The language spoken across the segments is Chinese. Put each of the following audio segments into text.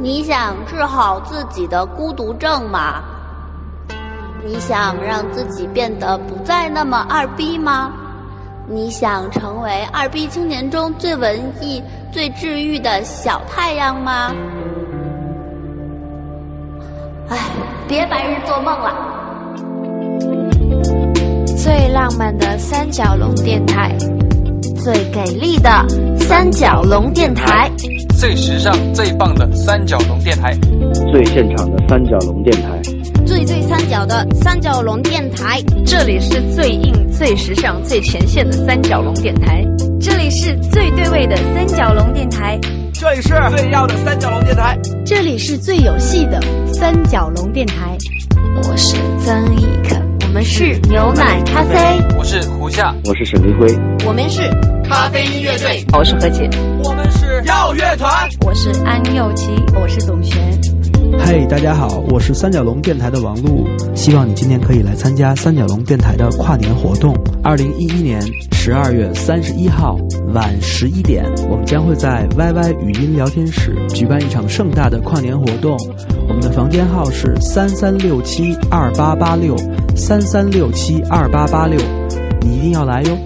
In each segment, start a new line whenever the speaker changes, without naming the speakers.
你想治好自己的孤独症吗？你想让自己变得不再那么二逼吗？你想成为二逼青年中最文艺、最治愈的小太阳吗？哎，别白日做梦了！
最浪漫的三角龙电台，
最给力的三角龙电台，
最时尚、最棒的三角龙电台，
最现场的三角龙电台，
最最三角的三角龙电台，
这里是最硬、最时尚、最前线的三角龙电台，
这里是最对味的三角龙电台，
这里是最要的三角龙电台，
这里是最有戏的三角龙电台。
我是曾轶可。
我们是牛奶咖啡，
我是胡夏，
我是沈立辉，
我们是
咖啡音乐队，
我是何洁，
我们是耀乐团，
我是安又琪，
我是董璇。
嘿、hey,，大家好，我是三角龙电台的王璐，希望你今天可以来参加三角龙电台的跨年活动。二零一一年十二月三十一号晚十一点，我们将会在 YY 语音聊天室举办一场盛大的跨年活动。我们的房间号是三三六七二八八六。三三六七二八八六，你一定要来哟！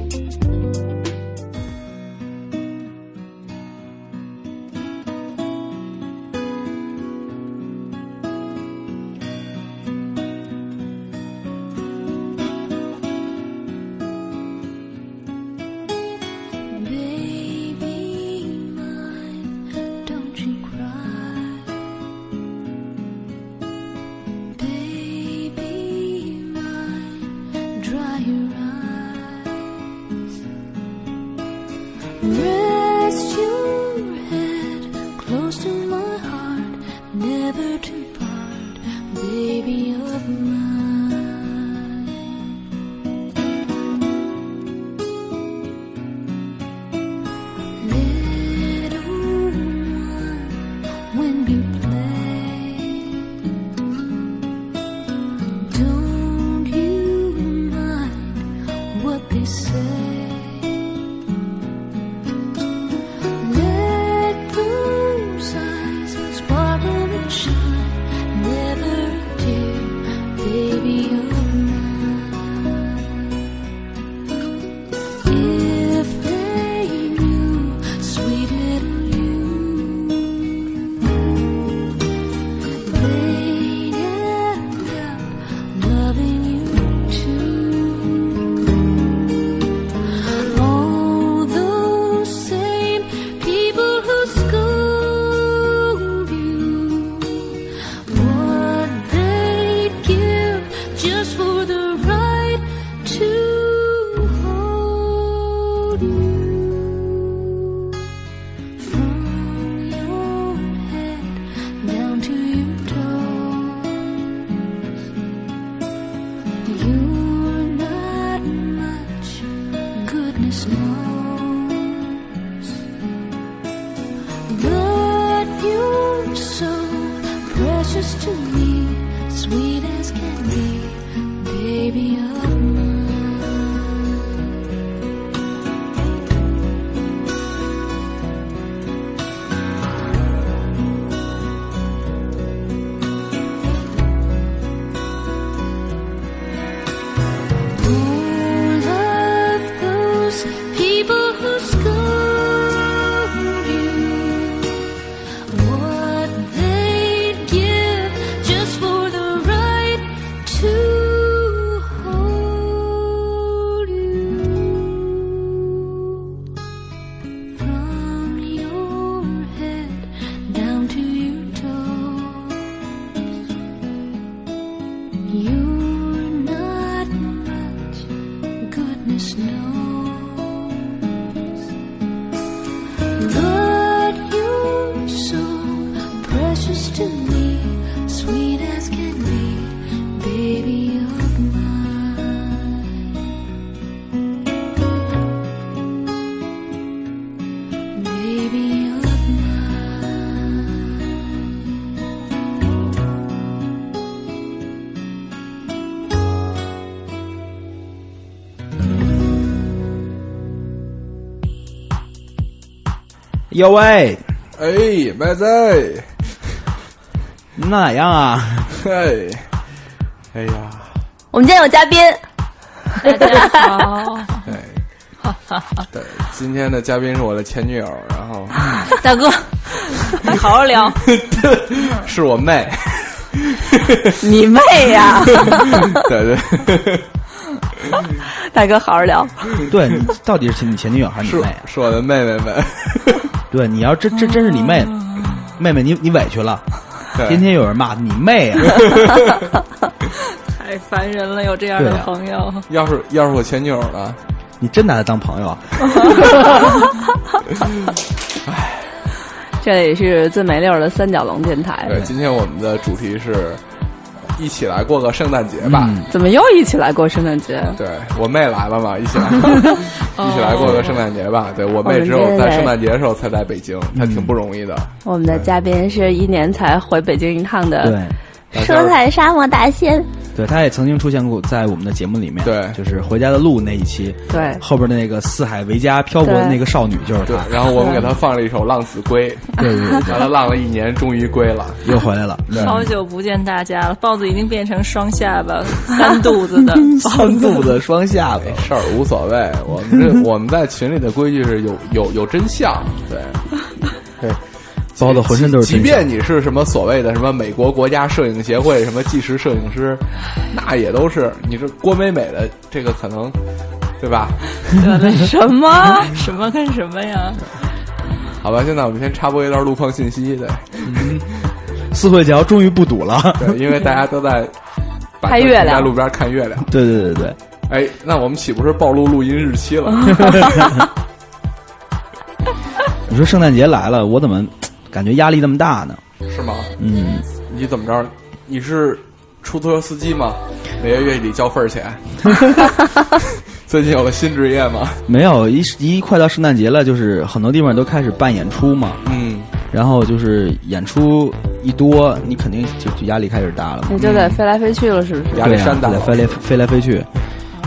哟喂，
哎，麦子，
那哪样啊？
嘿，哎呀，
我们今天有嘉宾。
大家好。
哎对，今天的嘉宾是我的前女友，然后
大哥，你好 好聊。
是我妹。
你妹呀！
对对。
大哥，好好聊。
对，你到底是你前女友还是你妹？
是我的妹妹们。
对，你要这这真是你妹，妹妹你你委屈了。天天有人骂你妹啊！
太烦人了，有这样的朋友。啊、
要是要是我前女友呢？
你真拿她当朋友啊？
这里是最没溜的三角龙电台。
对，今天我们的主题是。呃一起来过个圣诞节吧、
嗯！
怎么又一起来过圣诞节？
对我妹来了嘛，一起来，一起来过个圣诞节吧！对我妹只有在圣诞节的时候才来北京，她
嗯
挺不容易的。
我们的嘉宾是一年才回北京一趟的
蔬菜沙漠大仙，
对，她也曾经出现过在我们的节目里面，
对，
就是回家的路那一期，
对，
后边的那个四海为家漂泊的那个少女就是她。
然后我们给她放了一首《浪子归》，
对 对对，
让她浪了一年，终于归了，
又回来了。
好久不见大家了，豹子已经变成双下 巴、三肚子的，
三肚子双下巴，
没哎事儿无所谓。我们这我们在群里的规矩是有有有真相，对对。
包的浑身都是。
即便你是什么所谓的什么美国国家摄影协会什么纪实摄影师，那也都是你这郭美美的这个可能，对吧？
什么
什么跟什么呀？
好吧，现在我们先插播一段路况信息。对，
嗯、四惠桥终于不堵了。
对，因为大家都 在
拍月亮，
在路边看月亮。
对对对对。
哎，那我们岂不是暴露录音日期 了？
你说圣诞节来了，我怎么？感觉压力那么大呢？
是吗？
嗯，
你怎么着？你是出租车司机吗？每月月底交份儿 钱。 最近有了新职业吗？
没有，一一快到圣诞节了，就是很多地方都开始办演出嘛。
嗯，
然后就是演出一多，你肯定就就压力开始大了嘛。啊
你就得飞来飞去了，是不是？
啊压力山大，
得飞来飞来飞去，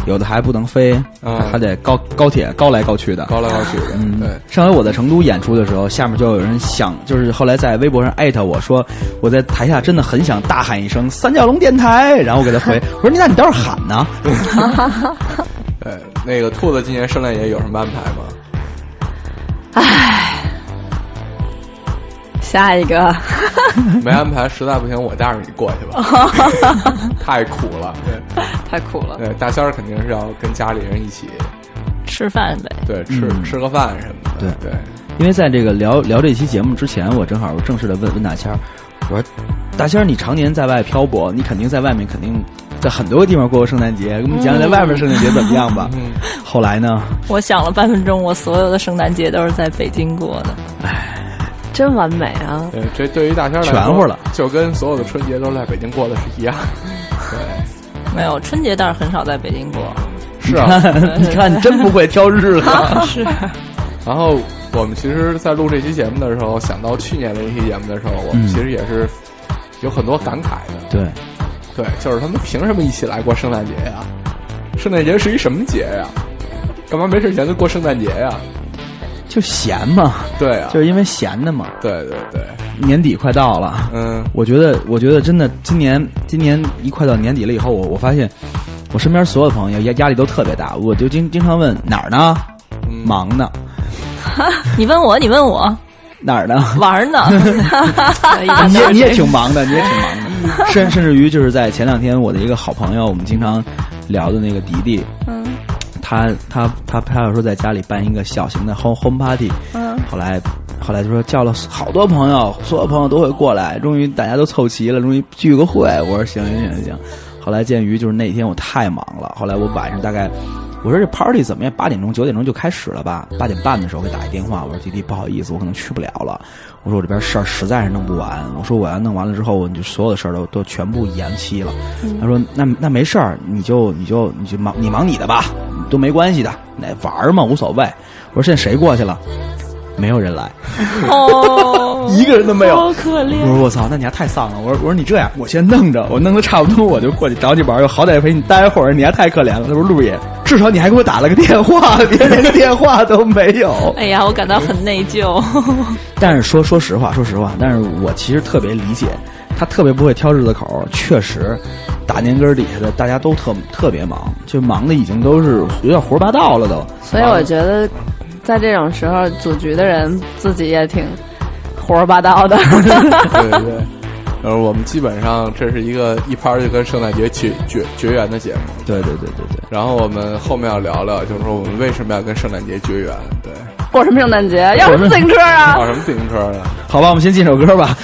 有的还不能飞，
嗯、
还得高高铁高来高去的。
高来高去的，
嗯，
对。
上回我在成都演出的时候，下面就有人想，就是后来在微博上艾特我说，我在台下真的很想大喊一声“三角龙电台”，然后我给他回，我说：“你那你倒是喊呢。”
对，那个兔子今年圣诞节有什么安排吗？
唉，下一个
没安排，实在不行我带着你过去 吧。 太苦了，对
太苦了。
对，大仙儿肯定是要跟家里人一起。
吃饭呗，
对，吃、
嗯、
吃个饭什么的，
对
对。对
因为在这个聊聊这期节目之前，我正好正式的问问大仙儿，我说：“大仙儿，你常年在外漂泊，你肯定在外面肯定在很多个地方过过圣诞节，给我们讲讲在外面圣诞节怎么样吧？”
嗯、
后来呢？
我想了半分钟，我所有的圣诞节都是在北京过的，
唉，
真完美啊！
对，这对于大仙儿
全乎了，
就跟所有的春节都在北京过的是一样。 对，
没有春节倒是很少在北京过。
是啊，
你看你真不会挑日子。
是、啊。
然后我们其实，在录这期节目的时候，想到去年的一期节目的时候，我
嗯
们其实也是有很多感慨的。
对，
对，就是他们凭什么一起来过圣诞节呀？圣诞节是一什么节呀？干嘛没事闲的过圣诞节呀？
就闲嘛。
对啊，
就是因为闲的嘛。
对对对。
年底快到了，
嗯，
我觉得，我觉得真的，今年今年一快到年底了以后，我我发现。我身边所有的朋友压压力都特别大，我就经经常问哪儿呢？忙呢。
你问我，你问我
哪儿呢？
玩 呢。
你也你也挺忙的，你也挺 忙
嗯
的。甚甚至于就是在前两天，我的一个好朋友，我们经常聊的那个迪迪，
嗯，
他他他他有时候在家里办一个小型的 home home party，
嗯，
后来后来就说叫了好多朋友，所有朋友都会过来，终于大家都凑齐了，终于聚个会。我说行行行行。后来鉴于就是那天我太忙了，后来我晚上大概，我说这 party 怎么样？八点钟九点钟就开始了吧？八点半的时候给打一电话，我说弟弟不好意思，我可能去不了了。我说我这边事儿实在是弄不完，我说我要弄完了之后，我就所有的事儿都都全部延期了。他说那那没事儿，你就你就你就忙你忙你的吧，都没关系的，那玩嘛无所谓。我说现在谁过去了？没有人来，
哦，
一个人都没有，
好可怜。
我说我操，那你还太丧了。我说我说你这样，我先弄着，我弄得差不多，我就过去找你玩，又好歹陪你待会儿。你还太可怜了。他说陆爷，至少你还给我打了个电话， 别连个电话都没有。
哎呀，我感到很内疚。
但是说说实话，说实话，但是我其实特别理解
他特别不会挑日子口，确实，打年根儿底下的大家都特特别忙，就忙的已经都是有点胡说八道了都。
所以我觉得，在这种时候，组局的人自己也挺胡说八道的。
对对对， 呃，我们基本上这是一个一拍儿就跟圣诞节绝绝绝缘的节目。
对对对对对。
然后我们后面要聊聊，就是说我们为什么要跟圣诞节绝缘？对，
过什么圣诞节？要什么自行车啊？
要什么自行车啊？
好吧，我们先进首歌吧。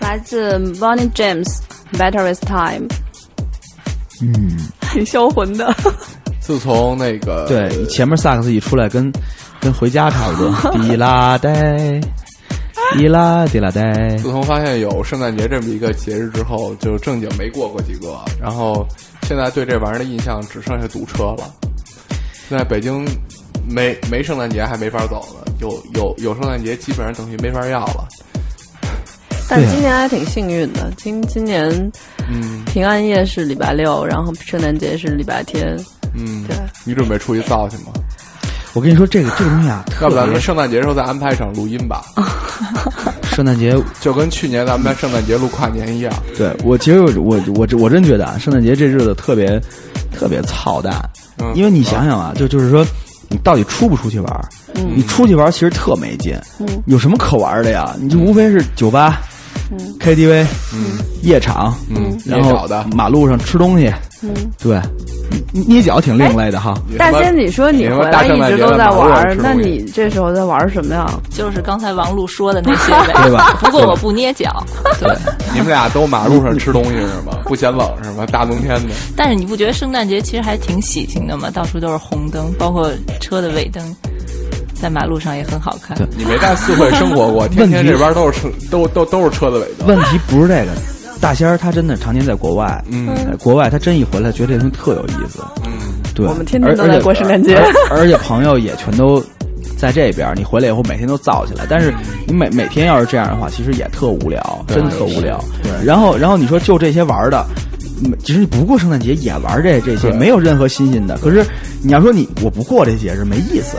来自 Bonnie James Better with Time，
嗯，
很销魂的。
自从那个
对前面萨克斯一出来跟，跟回家差不 多，滴啦呆，滴啦滴啦呆。
自从发现有圣诞节这么一个节日之后，就正经没过过几个，然后现在对这玩意儿的印象只剩下堵车了。现在北京没没圣诞节还没法走呢，有有有圣诞节基本上等于没法要了。
但今年还挺幸运的，今今年，
啊嗯，
平安夜是礼拜六，然后圣诞节是礼拜天。
嗯，
对，
你准备出去 造去吗？
我跟你说，这个这个东西啊，
要
特
不咱
别
们圣诞节时候再安排一场录音 吧，
圣诞节。
就跟去年咱们在圣诞节录跨年一样。
对我其实我我我我真觉得啊，圣诞节这日子特别特别操蛋，
嗯
因为你想想啊，就就是说你到底出不出去玩儿？
嗯
你出去玩儿其实特没劲，
嗯
有什么可玩儿的呀？你就无非是酒吧、
嗯
KTV、
嗯、
夜场，
嗯
然
夜找
后
的
马路上吃东西，
嗯，
对，你捏脚挺另类的哈。
大仙，你说你
你他妈
回
大
来
圣
一
诞
直
节
都
了
在
马路
玩
上
儿
吃，
那
东西
你这时候在玩儿什么呀？
哦
就是刚才王璐说的那些呗，
对吧
不过我不捏脚，
你们俩都马路上吃东西是吗？不嫌冷是吗？大冬天的，
但是你不觉得圣诞节其实还挺喜庆的吗？到处都是红灯，包括车的尾灯，在马路上也很好看。
你没在四惠生活 过，天天这边都是车，都都都是车的尾灯。
问题不是这个，大仙儿他真的常年在国外，
嗯
在国外他真一回来，觉得这东西特有意思，
嗯，
对，
我们天天
而
都在
而且
过圣诞节
而而而且朋友也全都在这边儿，你回来以后每天都燥起来，但是你每每天要是这样的话，其实也特无聊，
对
真特无聊。
对
然后然后你说就这些玩儿的。嗯其实不过圣诞节也玩儿这这些，
对
没有任何新鲜的。可是你要说你我不过这节日没意思，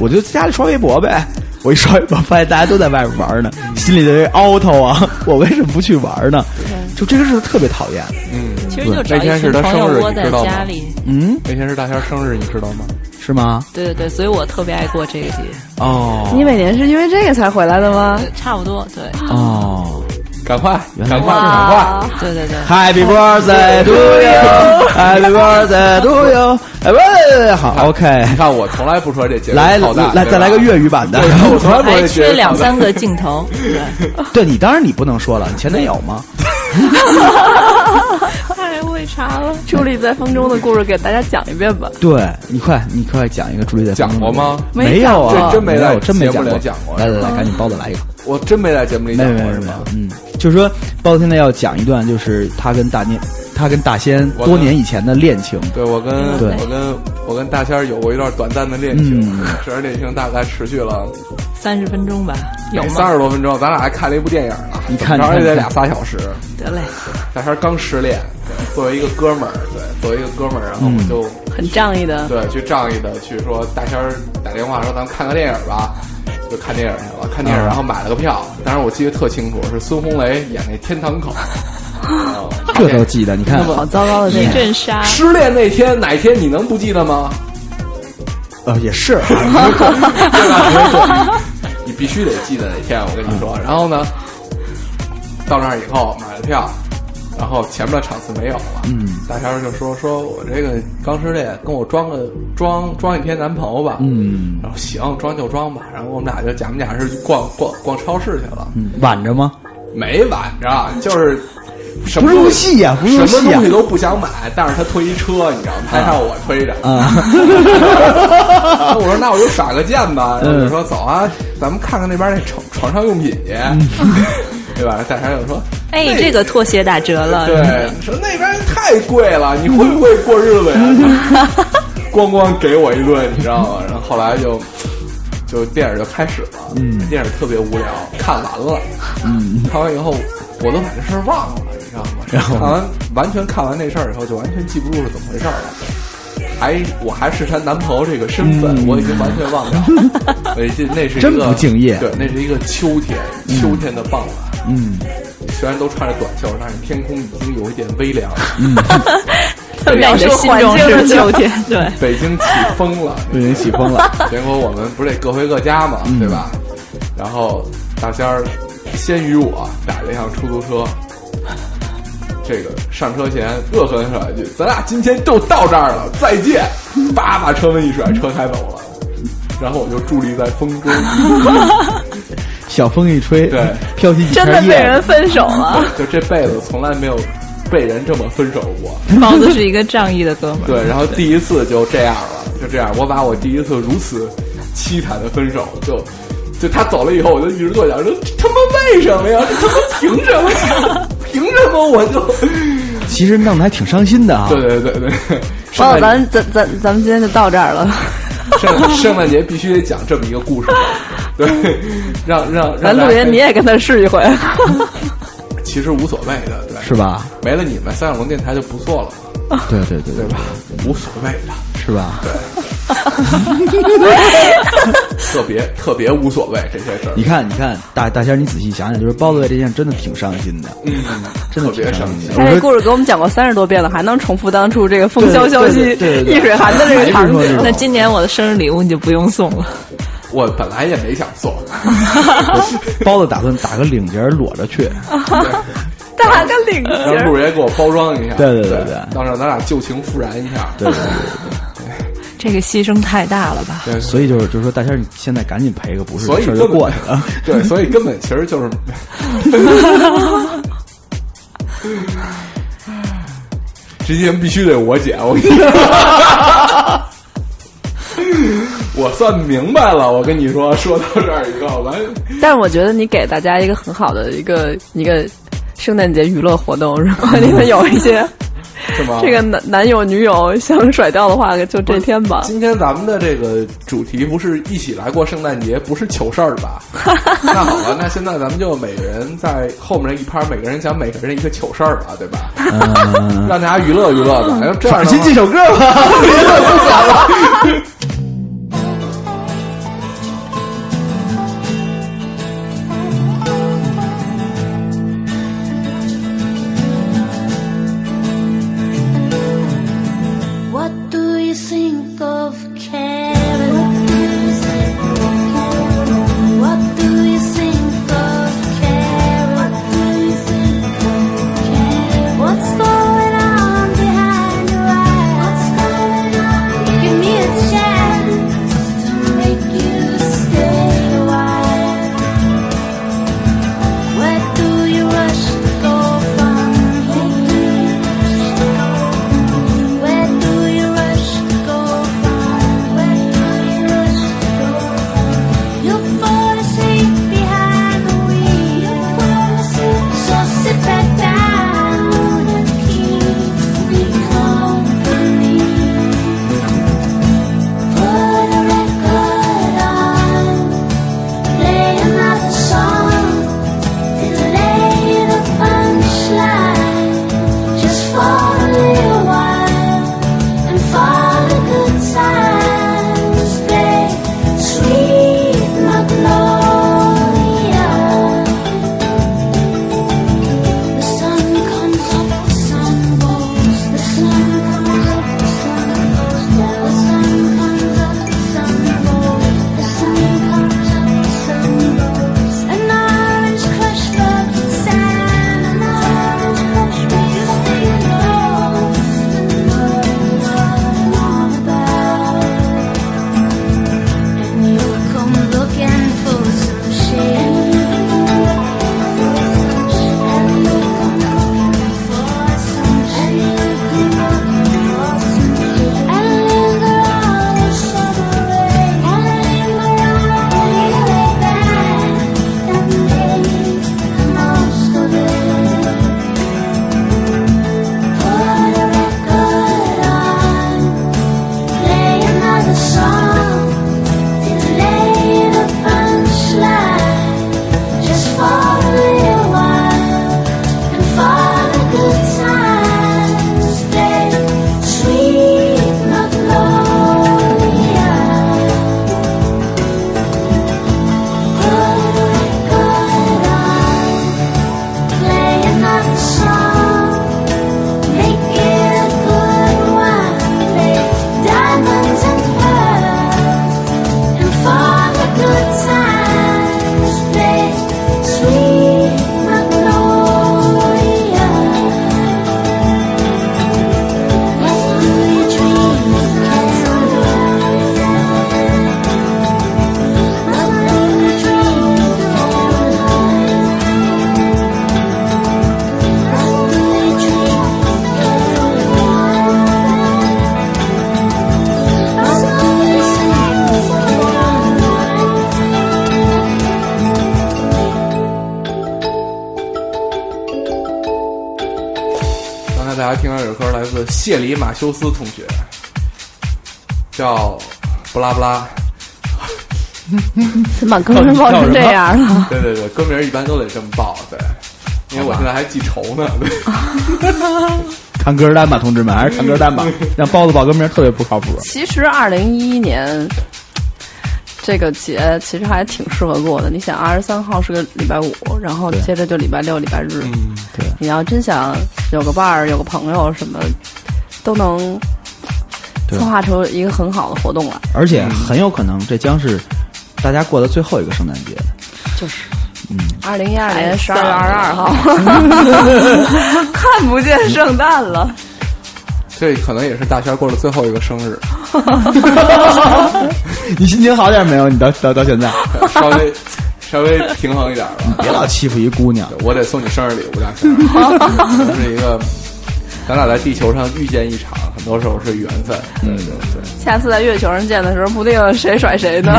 我就家里刷微博呗。我一刷微博发现大家都在外边玩儿呢，心里就这凹头啊， 我为什么不去玩儿呢？就这个日子特别讨厌。
嗯，
其实就找
那天
一
是
群
他
朋
生
友
日，
窝
你
在
知道
家
吗？
里。
嗯，
那天是大仙儿生日，你知道吗？
是吗？
对对对，所以我特别爱过这个节，
哦，
你每年是因为这个才回来的吗？
差不多对，
哦
赶快，
原来
赶快，赶
哇
啊
快！
对对对。
，Happy birthday to you，Happy birthday to you，哎喂，好，OK，
你看，我从来不说这节目
来
操蛋
来
对吧
再来个粤语版的
对，我从来不说
还
这节
缺
目
两
操蛋
三个镜头，对，
对你当然你不能说了，你前男友吗？
太会查了。伫立在风中的故事给大家讲一遍吧。
对你快你快讲一个朱丽在
讲过吗？
没有啊，
这真没在
有，真没
节目
讲
里
过，
讲过
来来来，赶紧包子来一个。
我真没在节目里
没
讲
有没
过
有
是
没
吗
有？，嗯，就是说，包子现在要讲一段，就是他跟大年，他跟大仙
我
多年以前的恋情。
对，我跟
对
我跟我跟大仙儿有过一段短暂的恋情
嗯，
这段恋情大概持续了
三十分钟吧，有
三
吗？
十多分钟，咱俩还看了一部电影呢，
你看
然后
你看
也得
你看
俩仨小时。
得嘞，
大仙儿刚失恋，对，作为一个哥们儿，对，作为一个哥们儿，然后我就、
嗯很仗义的，
对去仗义的去说，大仙儿打电话说咱们看个电影吧，就看电影去了，看电影，
嗯
啊
然后买了个票，当时我记得特清楚，是孙红雷演那《天堂口》啊。
这都记得，你看，
好糟糕的那
一
个。
阵杀，
失恋那天哪天你能不记得吗？
呃，也是啊，
你必须得记得那天，我跟你说。然后呢，到那儿以后买了票，然后前面的场次没有了。
嗯，
大仙儿就说：“说我这个刚失恋，跟我装个装装一天男朋友吧。”
嗯
然后行，装就装吧。然后我们俩就假模假式去逛逛逛超市去了，
嗯挽着吗？
没晚着，就是什
不
么
入
东西
戏呀，不入
什
戏
么
呀
东西，都不想买，但是他推一车，你知道吗？他还让我推着。
啊，
然 后我说那我就耍个贱吧，
嗯
然后就说走啊，咱们看看那边那床床上用品去，
嗯
对吧？大山就说，
哎，这个拖鞋打折了，
对，说那边太贵了，你会不会过日子呀？咣咣给我一顿，你知道吗？然后后来就就电影就开始了，
嗯
电影特别无聊，看完了，
嗯，
看完以后我都把这事儿忘了，你知道吗？
然后
看完完全看完那事儿以后，就完全记不住是怎么回事儿了。还我还是她男朋友这个身份，
嗯
我已经完全忘掉 了。我记那是一个
真不敬业
对，那是一个秋天，秋天的傍晚，
嗯
虽然都穿着短袖，但是天空已经有一点微凉。
嗯，
在你的心中是秋天， 对，
北京起风了，
被人起风了，
结果我们不是得各回各家嘛，
嗯
对吧？然后大仙儿先于我打了一辆出租车，这个上车前恶狠狠一句：“咱俩今天就到这儿了，再见！”叭，把车门一甩，车开走了。然后我就伫立在风中，
小风一吹，
对，
飘起几片
真的被
叶子
人分手了。
就这辈子从来没有被人这么分手过。
包子是一个仗义的哥们儿。
对，然后第一次就这样了，就这样，我把我第一次如此凄惨的分手，就就他走了以后，我就一直跺脚，说这他妈为什么呀？这他妈凭什么？ 凭什么我 就？
其实弄得还挺伤心的啊。
对对对对， 圣
包
诞
子，哦咱咱咱咱们今天就到这 儿了，
圣圣诞节必须得讲这么一个故事， 对，让让让
咱
大
陆
家
爷你也跟他试一 回。哎
其实无所谓的，对，
是吧？
没了你们，三角龙电台就不错了，
对对对
对
啊
吧？无所谓的，
是吧？
特别特别无所谓这些事儿。
你看，你看，大大仙儿，你仔细想想，就是包子为这件事真的挺伤心的，
嗯，
真的挺伤心的。
他
我
这
说
故事给我们讲过三十多遍了，还能重复当初这个风萧萧兮
对对对对对
易水寒的这个场
还是
景
说。
那今年我的生日礼物你就不用送了，
我本来也没想送，
包子打算打个领结儿裸着去，
打个 领
让
结，
陆爷给我包装一下，
对对
对
对对
到时候咱俩旧情复燃一下，
对
这个牺牲太大了吧？
对对
所以就是就是说，大仙儿，你现在赶紧赔个，不是
所以
这事儿
根
就
本
过去了。
对，所以根本其实就是， 这些必须得我剪，我跟你 说。我算明白了，我跟你说，说到这儿以后，咱
但是我觉得你给大家一个很好的一个一个圣诞节娱乐活动。 如果你们有一些
是吗？
这个男男友女友想甩掉的话，就这天吧。
今天咱们的这个主题不是一起来过圣诞节，不是糗事儿吧？那好啊了，那现在咱们就每个人在后面一拍，每个人讲每个人一个糗事儿吧，对吧？
嗯，
让大家娱乐娱乐吧。哎要这样
耳
的
机
话
这首歌吧，
What do you think of Karen? What do you think of Karen? What's going on behind your eyes? Give me a chance.
来听到一首歌，来自谢里马修斯同学，叫《布拉布拉》。
怎么歌名报成这样了？
对对对，歌名一般都得这么报，对，因为我现在还记仇呢。 对
唱歌单吧，同志们，还是唱歌单 吧。让包子报歌名特别不靠谱。
其实二零一一年这个节其实还挺适合过的。你想，二十三号是个礼拜五，然后接着就礼拜六、礼拜日。
嗯，对。
你要真想有个伴儿、有个朋友什么，都能
对
策划出一个很好的活动来。
而且很有可能这将是大家过的最后一个圣诞节。
就是
嗯，
二零一二
哎
年十二月
算
二十
了
二号， 看不见圣诞了。
这可能也是大轩过的最后一个生日，
你心情好点没有？你到到到现在，
稍微稍微平衡一点吧。
别老欺负一姑娘。
我得送你生日礼物，大轩。这是一个，咱俩在地球上遇见一场，很多时候是缘分。嗯对对对。
下次在月球上见的时候，不定谁甩谁呢。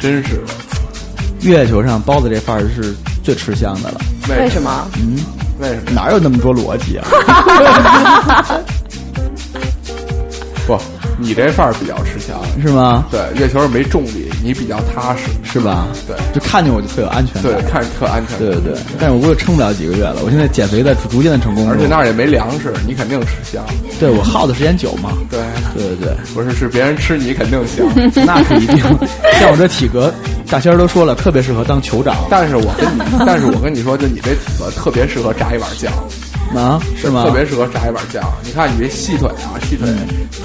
真是的，
月球上包子这范儿是最吃香的了。
为什么？
嗯，
为什么？
哪有那么多逻辑 啊？
不，你这范儿比较吃香，
是吗？
对，月球上没重力，你比较踏实，
是吧？
对，
就看见我就特有安全感。
对，看着特安全。
嗯对对对，但是我估计撑不了几个月了。我现在减肥在逐逐渐的成功，
而且那儿也没粮食，你肯定吃香。
对我耗的时间久嘛。
对
对对对，
不是是别人吃你肯定香，
那是一定。 像我这体格，大仙儿都说了，特别适合当酋长
但是我跟你，但是我跟你说，就你这体格特别适合炸一碗酱，
啊，是吗？
特别适合炸一碗酱。你看你这细腿啊，细腿、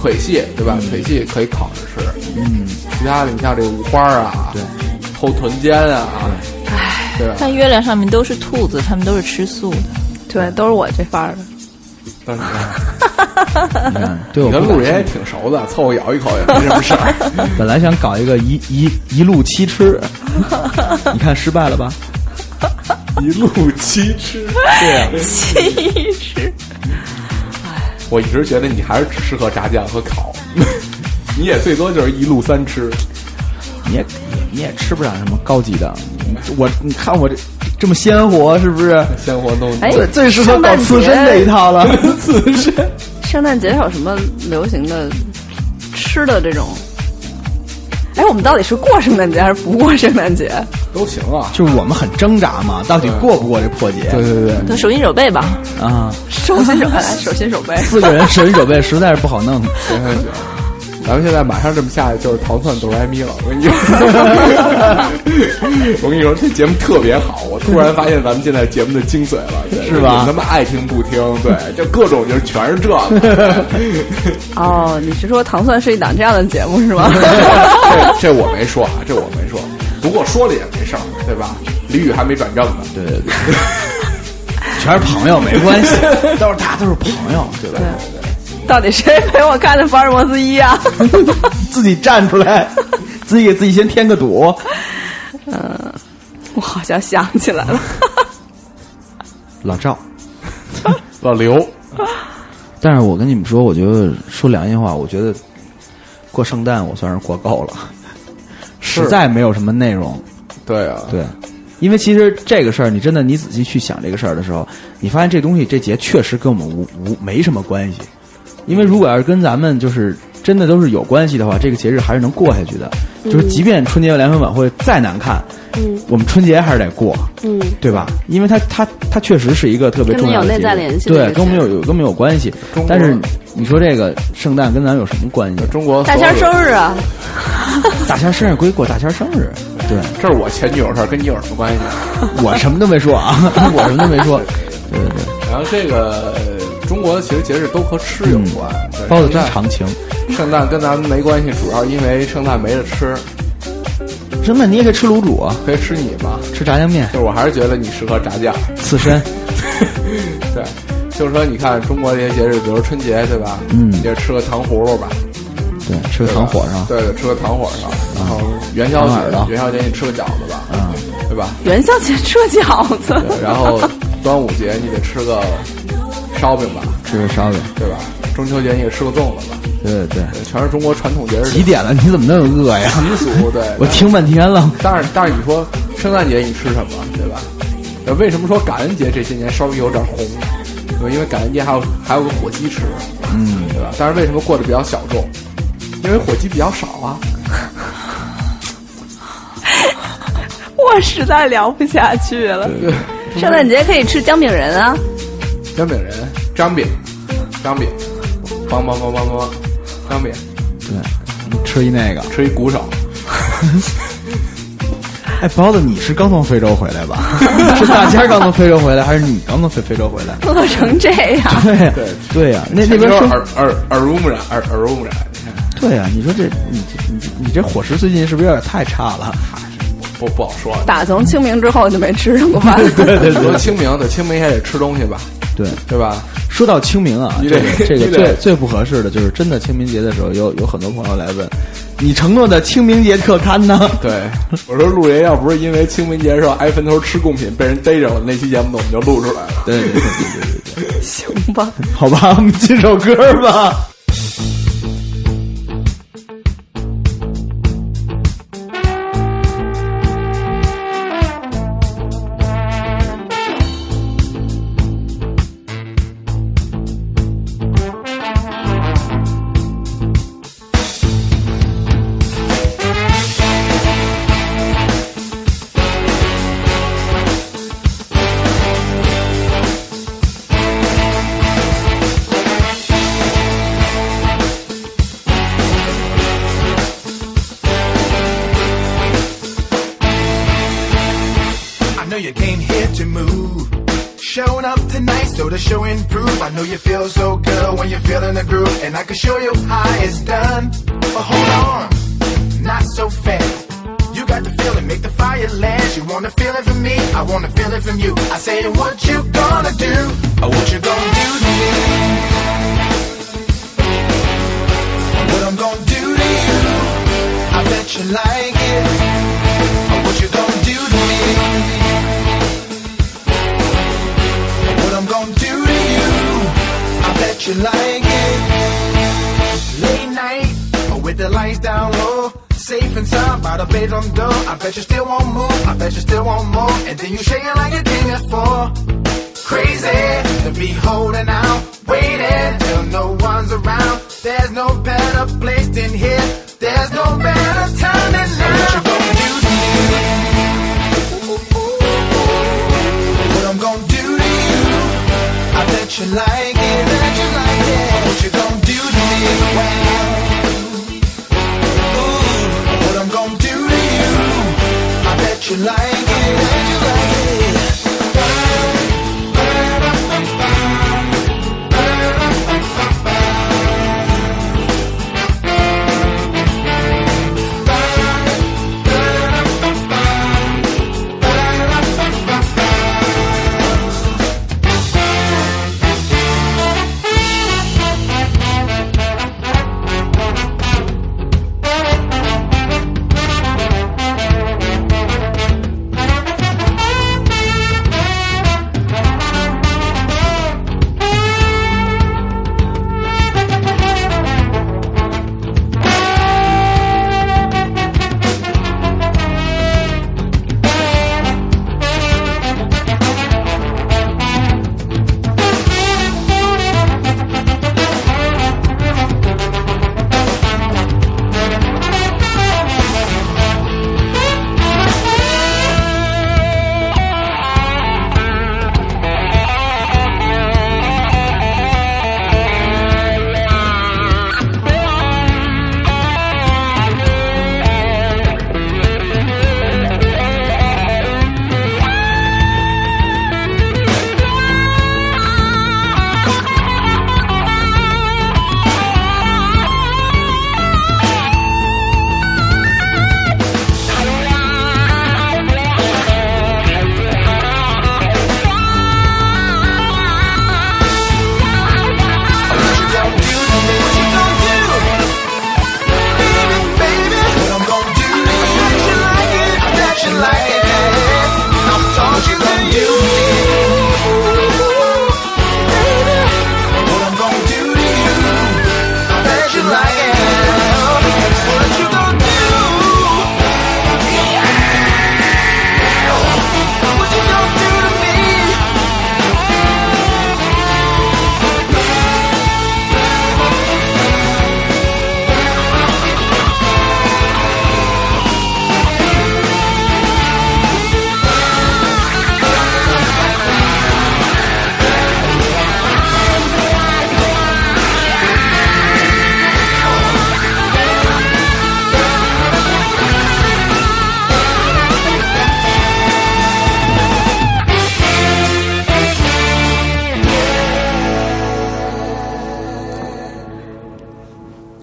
腿细对吧？腿细可以烤着吃，
嗯，
其他的你像这五花啊，对，后臀尖啊，对吧？
但月亮上面都是兔子，他们都是吃素的。
对，都是我这范儿的。
但是
你看，对我
你跟
不
路
感
人
兴
也
趣
挺熟的，凑合咬一口也没什么事儿。
本来想搞一个一一一路七吃，你看失败了吧？
一路七吃， 对啊，
其实
我一直觉得你还是只适合炸酱和烤， 你也最多就是一路三吃。
你也你也吃不上什么高级的，我你看我这这么鲜活，是不是？
鲜活动
哎
最最适合搞刺身这一套了。 刺身，
圣诞节有什么流行的吃的这种？哎，我们到底是过圣诞节还是不过圣诞节？
都行啊，
就是我们很挣扎嘛，到底过不过这破节？
对对
都手心手背吧，
对啊，
手心手 背，手心手背。
四个人手心手背实在是不好弄。
行行行，咱们现在马上这么下去就是糖蒜哆来咪了。我跟你说，我跟你说，这节目特别好，我突然发现咱们现在节目的精髓了，
是吧
他妈爱听不听，对，就各种就是全是这个。
哦，你是说糖蒜是一档这样的节目是吗？
这这我没说啊，这我没说，不过说了也没事儿，对吧？李宇还没转正呢，
对对对， 全是朋友，没关 系，都是大家都是朋友，对吧？
到底谁陪我看的《福尔摩斯一》啊？
自己站出 来，自己给自己先添个堵。
我好像想起 来了，
老赵，
老刘，
但是我跟你们说，我觉得说良心话，我觉得过圣诞我算是过够了，
是
实在没有什么内容。
对啊，
对，因为其实这个事儿，你真的你仔细去想这个事儿的时候，你发现这东西这节确实跟我们无无没什么关系，因为如果要是跟咱们就是真的都是有关系的话，这个节日还是能过下去的。
嗯
就是即便春节联欢晚会再难看，
嗯
我们春节还是得过。
嗯，
对吧？因为它它它确实是一个特别重要的
跟我们有内在
节日
联系的
对
这，个
跟我们有有跟我们有关系
中国。
但是你说这个圣诞跟咱有什么关系？
中国
大
所有
仙
的
生日啊，
大仙儿生日归过大仙儿生日， 对
这是我前女友的事儿，跟你有什么关系？啊
我什么都没说啊，我什么都没说。对对对，
然后这个呃中国其实节日都和吃有关，对
嗯包子
圣
真
诞
长情。
圣诞跟咱们没关系，主要因为圣诞没得吃，
什么？你也可以吃卤煮啊，
可以吃你嘛。
吃炸酱面、
就是我还是觉得你适合炸酱，
刺身。
对，就是说你看中国这些节日，比如春节对吧？
嗯
你就吃个糖葫芦吧，
对，吃个
对吧
糖火烧。
对对，吃个糖火烧。然后元宵
糖耳朵
节，元宵节你吃个饺子吧，
嗯，
对吧？
元宵节吃饺子，
对，然后端午节你得吃个烧饼吧，
吃个烧饼。
对吧？中秋节你得吃个粽子吧，
对对对。
对全是中国传统节日的
几点了？你怎么那么饿呀？
习俗，对。
我听半天了。
但是但是你说圣诞节你吃什么，对吧？呃，为什么说感恩节这些年稍微有点红？对，因为感恩节还有还有个火鸡吃，
嗯，
对吧？但是为什么过得比较小众？因为火鸡比较少啊。
我实在聊不下去了。
圣诞节可以吃姜饼人啊，
姜饼人，张饼，张饼，梆梆梆梆梆，张饼，
对，吃一那个，
吃一鼓手。
哎，包子，你是刚从非洲回来吧？ 是大家刚从非洲回来，还是你刚从非非洲回来？
饿成这样，
对呀，对呀，那那边
耳
生
耳耳濡目染，耳耳濡目染。你看
对呀、你说这你这你这你这伙食最近是不是有点太差了？
不不好说。
打从清明之后就没吃上 过饭。
说清明对清明也得吃东西吧？
对
对吧？
说到清明啊，
你
这
得
个 这个
你得
最最不合适的就是真的清明节的时候，有有很多朋友来问，你承诺的清明节特刊呢？
对， 我说陆爷要不是因为清明节时候挨坟头吃贡品被人逮着了，那期节目我们就录出来了。
对对对
对对，
行吧。
好吧，我们进首歌吧。
I know you came here to move. Showing up tonight, so the show and prove. I know you feel so good when you're feeling the groove, and I can show you how it's done. But hold on, not so fast. You got the feeling, make the fire last. You want to feel it from me, I want to feel it from you. I say, what you gonna do? Or what you gonna do to me? What I'm gonna do to you? I bet you like it. Or what you gonna do to me? What I'm gonna do to you, I bet you like it. Late night, or with the lights down low. Safe inside by the bedroom door. I bet you still won't move, I bet you still want more. And then you shaking like a thing that's for. Crazy to be holding out, waiting till no one's around. There's no better place than here. There's no better time than now. What you gonna do to me? What I'm gonna do to you? I bet you like it. Bet you like it. What you gonna do to me? Well, ooh, what I'm gonna do to you? I bet you like it. Bet you like it.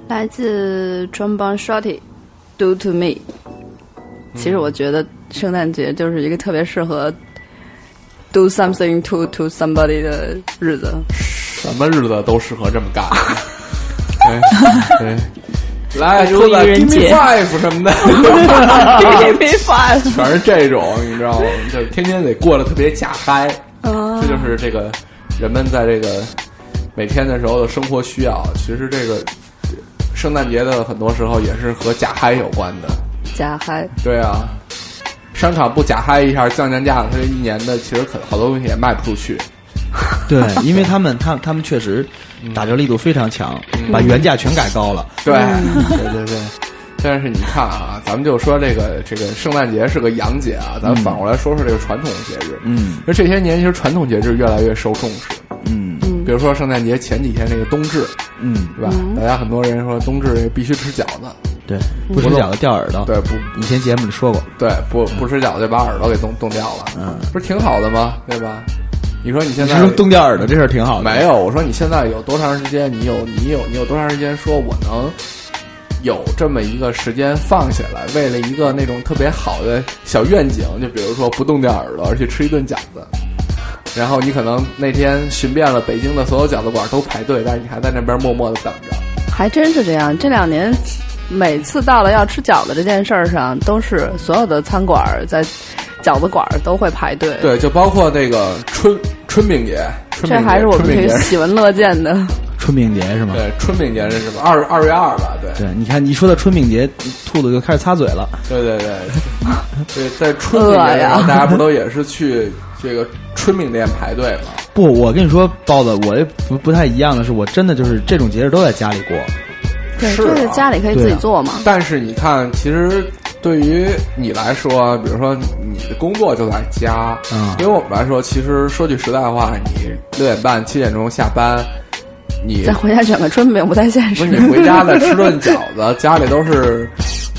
来自穿帮 Shorty Do to Me。
其实我觉得圣诞节就是一个特别适合 do something to to somebody 的日子。
什么日子都适合这么干。 对对，来，
比如
说子
愚人
give me
节
five 什么的
Give me five
全是这种，你知道吗？就是天天得过得特别假嗨，
啊
这就是这个人们在这个每天的时候的生活需要。其实这个圣诞节的很多时候也是和假嗨有关的。
假嗨，
对啊，商场不假嗨一下降降价，它这一年的其实可好多东西也卖不出去。
对，因为他们他他们确实打折力度非常强，
嗯
把原价全改高了。
对，
嗯
对对对。但是你看啊，咱们就说这个这个圣诞节是个洋节啊，咱
嗯
们反过来说说这个传统节日。
嗯
那这些年其实传统节日越来越受重视，
嗯
比如说圣诞节前几天那个冬至，
嗯，
对吧？大家很多人说冬至必须吃饺子，
对，不吃饺子掉耳朵。
嗯对，不
以前节目里说过。
对不不吃饺子就把耳朵给冻冻掉了，
嗯，
不是挺好的吗？对吧？你说你现
你
在
是说冻掉耳朵这事儿挺好的？
没有，我说你现在有多长时间？你有你有你有多长时间？说我能有这么一个时间放下来，为了一个那种特别好的小愿景，就比如说不冻掉耳朵，而且吃一顿饺子。然后你可能那天寻遍了北京的所有饺子馆都排队，但是你还在那边默默的等着。
还真是这样。这两年，每次到了要吃饺子这件事儿上，都是所有的餐馆儿在饺子馆儿都会排队。
对，就包括那个春春饼节，春饼
这
节
还是我们
春饼
可以
节
喜闻乐见的。
春饼节是吗？
对春饼节是什么？二二月二吧？对。
对，你看，你说到春饼节，兔子就开始擦嘴了。
对对对，对，在春饼节
饿
的时
呀
候，大家不都也是去这个春饼店排队吗？
不，我跟你说，包子，我这不不太一样的是，我真的就是这种节日都在家里过。
对，
是
就
啊
是家里可以自己做嘛。
但是你看，其实对于你来说，比如说你的工作就在家，
嗯
对于我们来说，其实说句实在话，你六点半、七点钟下班，你
再回家选个春饼不太现
不
实。
是你回家再吃顿饺子， 家里都是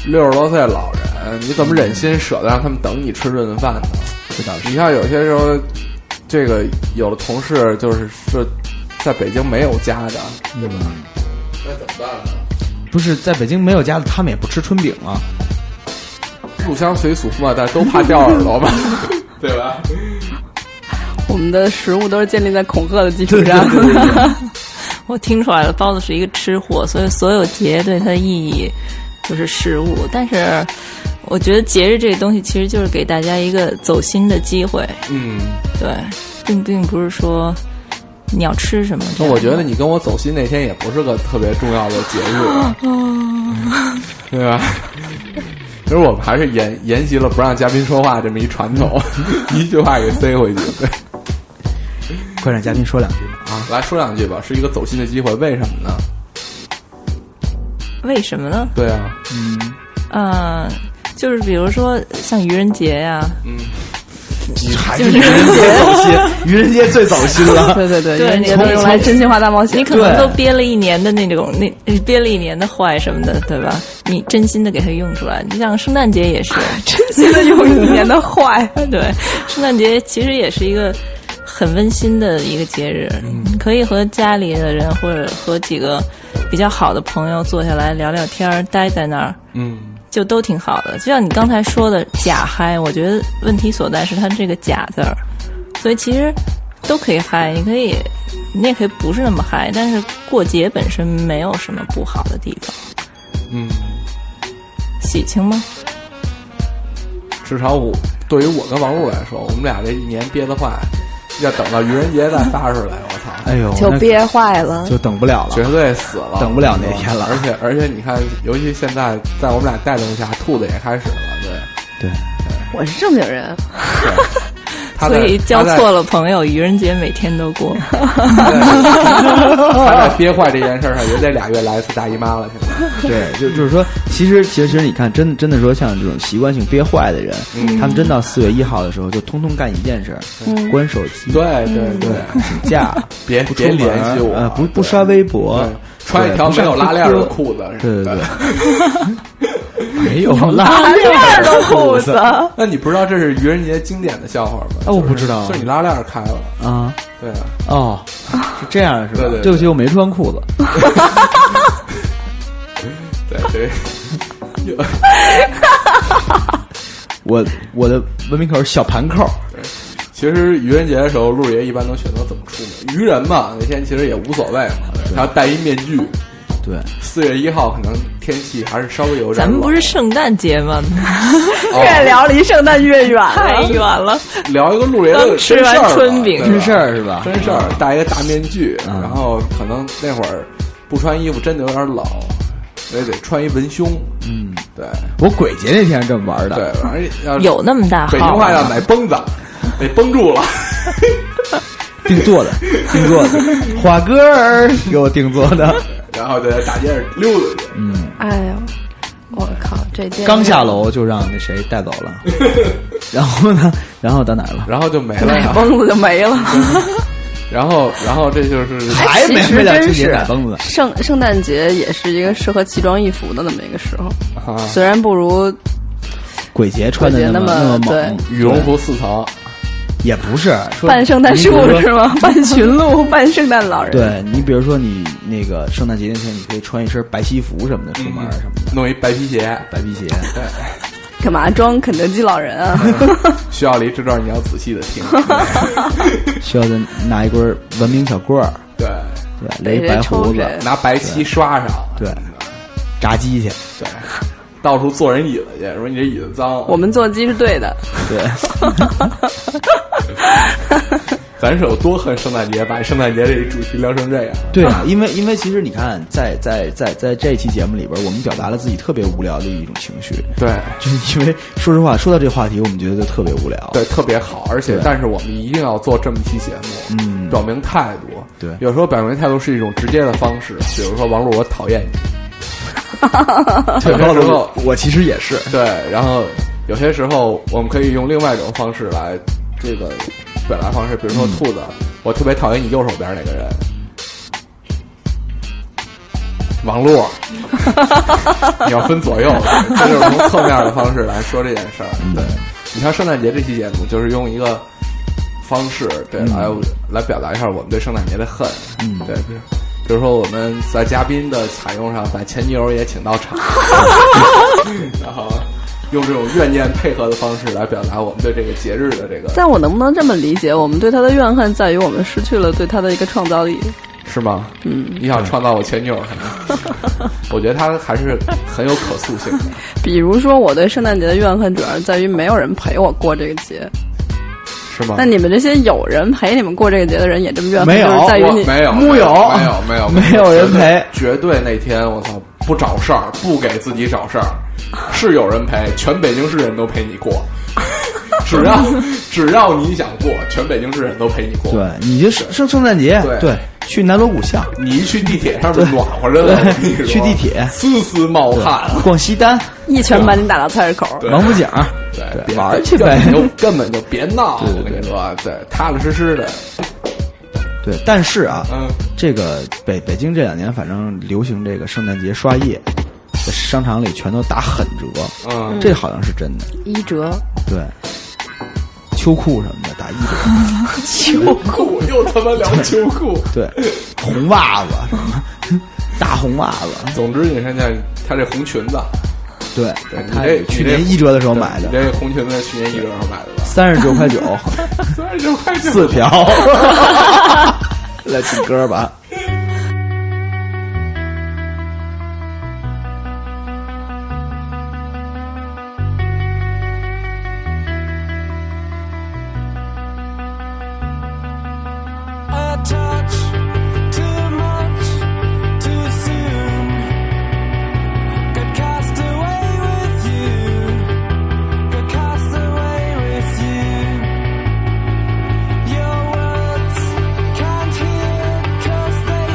六十多岁的老人，你怎么忍心舍得让他们等你吃顿饭呢？你像有些时候，这个有的同事就是是在北京没有家的，
嗯，
那怎么办呢？
不是在北京没有家的，他们也不吃春饼啊。
入乡随俗嘛，但都怕掉耳朵嘛， 对吧？
我们的食物都是建立在恐吓的基础上。
我听出来了，包子是一个吃货，所以所有节对它的意义就是食物。但是，我觉得节日这东西其实就是给大家一个走心的机会，
嗯，
对，并并不是说你要吃什么这
那
样。
我觉得你跟我走心那天也不是个特别重要的节日，
哦，
对吧？ 其实我们还是沿沿袭了不让嘉宾说话这么一传统， 一句话给塞回去。 对
快让嘉宾说两句吧。
啊，来说两句吧，是一个走心的机会，为什么呢？
为什么呢？
对啊，嗯
嗯、就是比如说像愚人节呀、
嗯，
还
是愚人节走心，
愚人节最走心了。
对对对，
对
人家
从
都用来真心话大冒险。
你可能都憋了一年的那种，那憋了一年的坏什么的，对吧？你真心的给它用出来，就像圣诞节也 是，真
心地用一年的坏。
对，圣诞节其实也是一个很温馨的一个节日，
嗯
你可以和家里的人或者和几个比较好的朋友坐下来聊聊天儿，待在那儿，
嗯，
就都挺好的。就像你刚才说的假嗨，我觉得问题所在是它这个假字儿，所以其实都可以嗨，你可以，你也可以不是那么嗨，但是过节本身没有什么不好的地方，
嗯，
喜庆吗？
至少我对于我跟王璐来说，我们俩这一年憋得坏，要等到愚人节再发出来，我操！
哎呦，
就
那
憋坏 了。
就等不了了，
绝对死了，
等不了那天了
而且而且你看，尤其现在在我们俩带动下，兔子也开始了， 对，
对，
我是正经人，
他
所
在
以交错了朋友，愚人节每天都 过。
他在憋坏这件事儿上，也得俩月来一次大姨妈了，现在。
对，就就是说，其实其实其实你看，真的真的说，像这种习惯性憋坏的人，
嗯
他们真到四月一号的时候，就通通干一件事儿，
嗯
关手机，
对对 对
请 假，
别
不出
别
门
联系我
呃，不不刷微博
对，穿一
对
条
不上
没有拉链儿的
QQ
裤子
对对对，没有
拉链儿的裤 子
那你不知道这是愚人节经典的笑话吗？
啊我不知道
就是你拉链儿开了，
啊，
对啊，
哦，是这样是吧？
对对对
对不起，我没穿裤子。
对对，有
我我的文明口是小盘扣，
对，其实愚人节的时候，陆爷一般都选择怎么出门？愚人嘛，那天其实也无所谓嘛，然后戴一面具。
对，
四月一号可能天气还是稍微有点。
咱们不
是
是圣诞节吗？
越聊离圣诞越远了，
太远了。
聊一个陆爷的
刚吃
真事儿
完
吧
春饼
对吧
真事儿是嗯吧？
真事儿，戴一个大面具，然后可能那会儿不穿衣服真的有点冷，所以得穿一文胸。
嗯，
对，
我鬼节那天这么玩的，
对，反正要
有那么大号啊
北京话要买绷子， 得绷住了。
定做的，定做的，花哥儿给我定做的。
然后就在大街上溜达去。
嗯，
哎呦，我靠，这电
刚下楼就让那谁带走 了，然后呢，然后到哪儿了？
然后就没了
奶
哎
呀。
崩子就没了。
然后，然后这就是
还没
哎其实
没了
真
今年
是
奶崩子
圣圣诞节也是一个适合奇装异服的那么一个时候，
啊
虽然不如
鬼节穿的么
鬼节那
那
么
么猛，
羽绒服四层，
也不是说
扮圣诞
你
树
比如说
是吗？扮驯鹿，扮圣诞老人。
对你，比如说你那个圣诞节那天，你可以穿一身白西服什么的出门儿什么的，
弄一白皮鞋。
白皮鞋。
对，
干嘛装肯德基老人 啊？
徐小黎这段你要仔细的听。
需要再拿一根文明小棍儿，
对，
对，勒一白胡子，
拿白漆刷上，
对，炸鸡去，
对，到处坐人椅子去，说你这椅子脏。
我们做鸡是对的，
对，
咱是有多恨圣诞节，把圣诞节这主题聊成这样。
对啊，因为因为其实你看，在在在在这期节目里边，我们表达了自己特别无聊的一种情绪，
对
就是因为说实话，说到这个话题，我们觉得就特别无聊，
对，特别好，而且
对
但是我们一定要做这么期节目，
嗯
表明态度。
对
有时候表明态度是一种直接的方式，比如说王璐，我讨厌 你。
对，
有
包
些时候
括我其实也是，
对，然后有些时候我们可以用另外一种方式来这个表达方式，比如说兔子，我特别讨厌你右手边那个人，王璐，你要分左右，这就是从侧面的方式来说这件事儿。对，你看圣诞节这期节目就是用一个方式对来、来表达一下我们对圣诞节的恨，
嗯
对。比如比如说，我们在嘉宾的采用上，把前女友也请到场，然后用这种怨念配合的方式来表达我们对这个节日的这个，
但我能不能这么理解？我们对他的怨恨在于我们失去了对他的一个创造力。
是吗？
嗯，
你想创造我前女友什么？我觉得他还是很有可塑性的。
比如说，我对圣诞节的怨恨主要是在于没有人陪我过这个节。
是吗？
那你们这些有人陪你们过这个节的人也这么怨恨，
没有
就是在于
我
你
没有
木有
没有没有
没有人陪
绝对那天我操不找事儿，不给自己找事儿，是有人陪，全北京市人都陪 你过。只要只要你想过，全北京市人都陪你过。
对，你就圣圣圣诞节
对，
对，去南锣鼓巷，
你一去地铁上面暖和着呢，我跟你说
去地铁
丝丝冒汗。
逛西单，
一拳把你打到菜市口。
对
王府井，
对，
对
别
玩儿去呗
根本就根本就别 闹，
对对
我跟你说，对，踏踏实实的，
对，但是啊，
嗯，
这个北北京这两年反正流行这个圣诞节刷夜，在商场里全都打狠折，
嗯
这好像是真的。
一折，
对，秋裤什么的打一折，
秋裤又他妈聊秋裤。
对，红袜子 什么的，大红袜子，
总之，你看见他这红裙子，
对
对，你
他
这
去年一折的时候买
你这
的，
你这红裙子去年一折时候买的吧？
三十九块 九，
三十块钱
四条。来听歌吧。
A touch too much too soon Got cast away with you Got cast away with you Your words can't hear cause they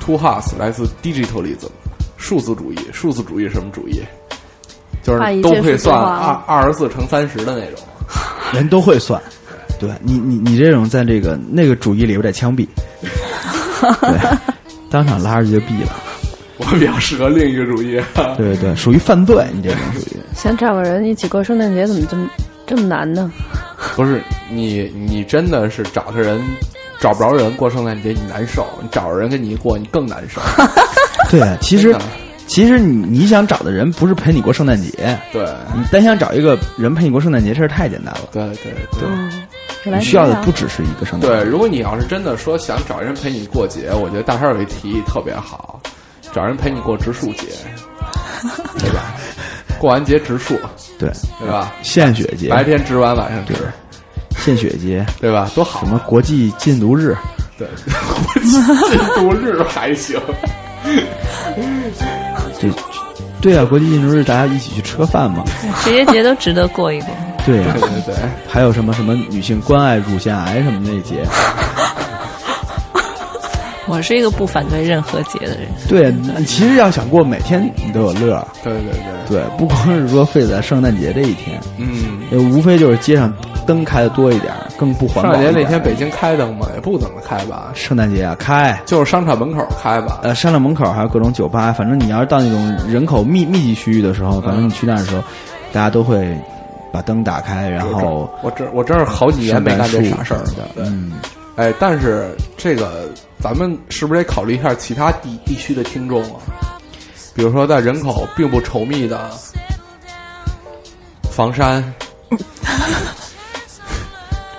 Two Hearts 来自 Digitalism，数字主义，数字主义什么主义？就是都会算二二十四乘三十的那种。
人都会算。对你，你你这种在这个那个主义里有点 枪毙，对，当场拉出去就毙了。
我比较适合另一个主义。
对对，属于犯罪，你这种属于。
想找个人一起过圣诞节，怎么这么这么难呢？
不是你，你真的是找个人，找不着人过圣诞节，你难受；你找着人跟你一过，你更难 受。
对，其实其实你你想找的人不是陪你过圣诞节，
对
你单想找一个人陪你过圣诞节，这事儿太简单了。
对对对。
你需要的不只是一个圣诞
对，如果你要是真的说想找人陪你过节，我觉得大帅有一提议特别好，找人陪你过植树节，对 吧？过完节植树，
对
对吧？
献血节，
白天植完晚上植，
献血节，
对吧？多好！
什么国际禁毒日？
对，禁毒日还行。
这对啊，国际禁毒日大家一起去吃个饭嘛。
这些节都值得过一过。
对啊，
对对对，
还有什么什么女性关爱乳腺癌什么那一节，
我是一个不反对任何节的人。
对，你其实要想过每天你都有乐儿，
对对对，
对，不光是说非得在圣诞节这一天，
嗯，
也无非就是街上灯开的多一点儿，更不环
圣
保一点
诞节
儿。
那天北京开灯吗？也不怎么开吧，
圣诞节啊，开
就是商场门口开吧。
呃，商场门口还有各种酒吧，反正你要是到那种人口密密集区域的时候，反正你去那儿的时候，大家都会把灯打开，然后
我这我真是好几年没干这傻事儿
圣诞
了
树。嗯，
哎，但是这个咱们是不是得考虑一下其他地地区的听众啊？比如说在人口并不稠密的房山，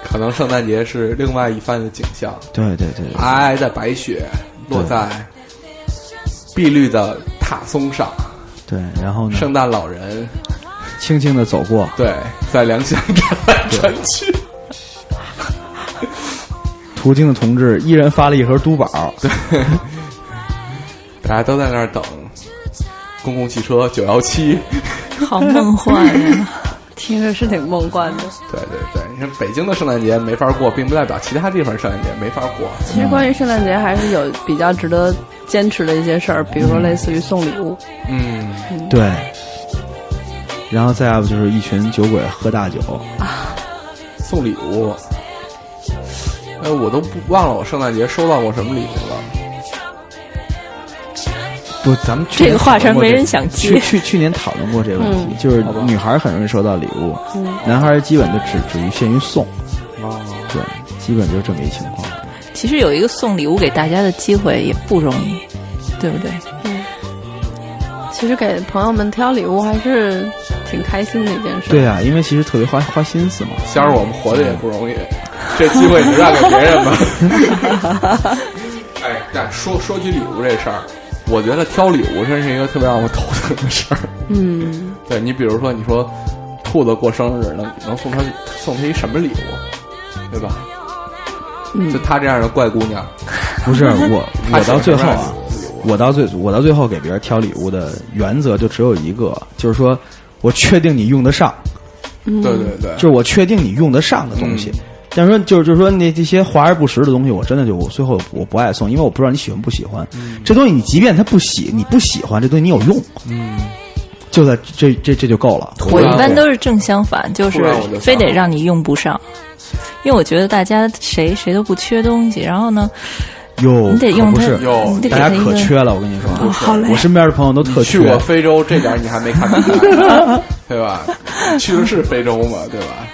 可能圣诞节是另外一番的景象。
对对对对，
皑皑的白雪落在碧绿的塔松上，
对，然后呢，
圣诞老人
轻轻的走过，
对在良乡 转来转去。
途经的同志一人发了一盒都宝，对，
大家都在那儿等公共汽车九幺七。
好梦幻呀、
啊
听着是挺梦幻的。
对对对，因为北京的圣诞节没法过，并不代表其他地方圣诞节没法过。
其实关于圣诞节还是有比较值得坚持的一些事儿，比如说类似于送礼物。
嗯，
对，然后再要不就是一群酒鬼喝大酒，
送礼物，哎，我都不忘了我圣诞节收到过什么礼物了。
不，咱们去年
这个话
讨论
题
过
没
这
人想
去
接
去去年讨论过这个问题，
嗯
就是女孩很容易收到礼物，
嗯
男孩基本就只止于限于送，
哦，
对，基本就是这么一情况。
其实有一个送礼物给大家的机会也不容易，对不对？
嗯其实给朋友们挑礼物还是挺开心的一件事。
对啊，因为其实特别花花心思嘛。
仙儿，我们活着也不容易，这机会你就让给别人吧。 哎，但说说起礼物这事儿，我觉得挑礼物真是一个特别让我头疼的事儿。
嗯，
对你，比如说你说兔子过生日，能能送他送他一什么礼物，对吧？就她这样的怪姑娘，
不是我，
嗯他
我
喜
到
欢
最后
什么
啊，我到最我到最后给别人挑礼物的原则就只有一个，就是说我确定你用得上，
嗯对对对，
就是我确定你用得上的东西。
嗯
但是说就是就是说那这些华而不实的东西，我真的就我最后我不爱送，因为我不知道你喜欢不喜欢。这东西你即便它不喜，你不喜欢这东西你有用，
嗯，
就在这这这就够了。
我一般都是正相反，就
突
是
然我就想
非得让你用不上，因为我觉得大家谁谁都不缺东西，然后呢，
有，
你得用
可不
它
是
有你得给
大
它
家
一个
可缺了，我跟你说，
哦好嘞
我身边的朋友都特缺
去。过非洲，这点你还没看明白，对吧？去的是非洲嘛，对吧？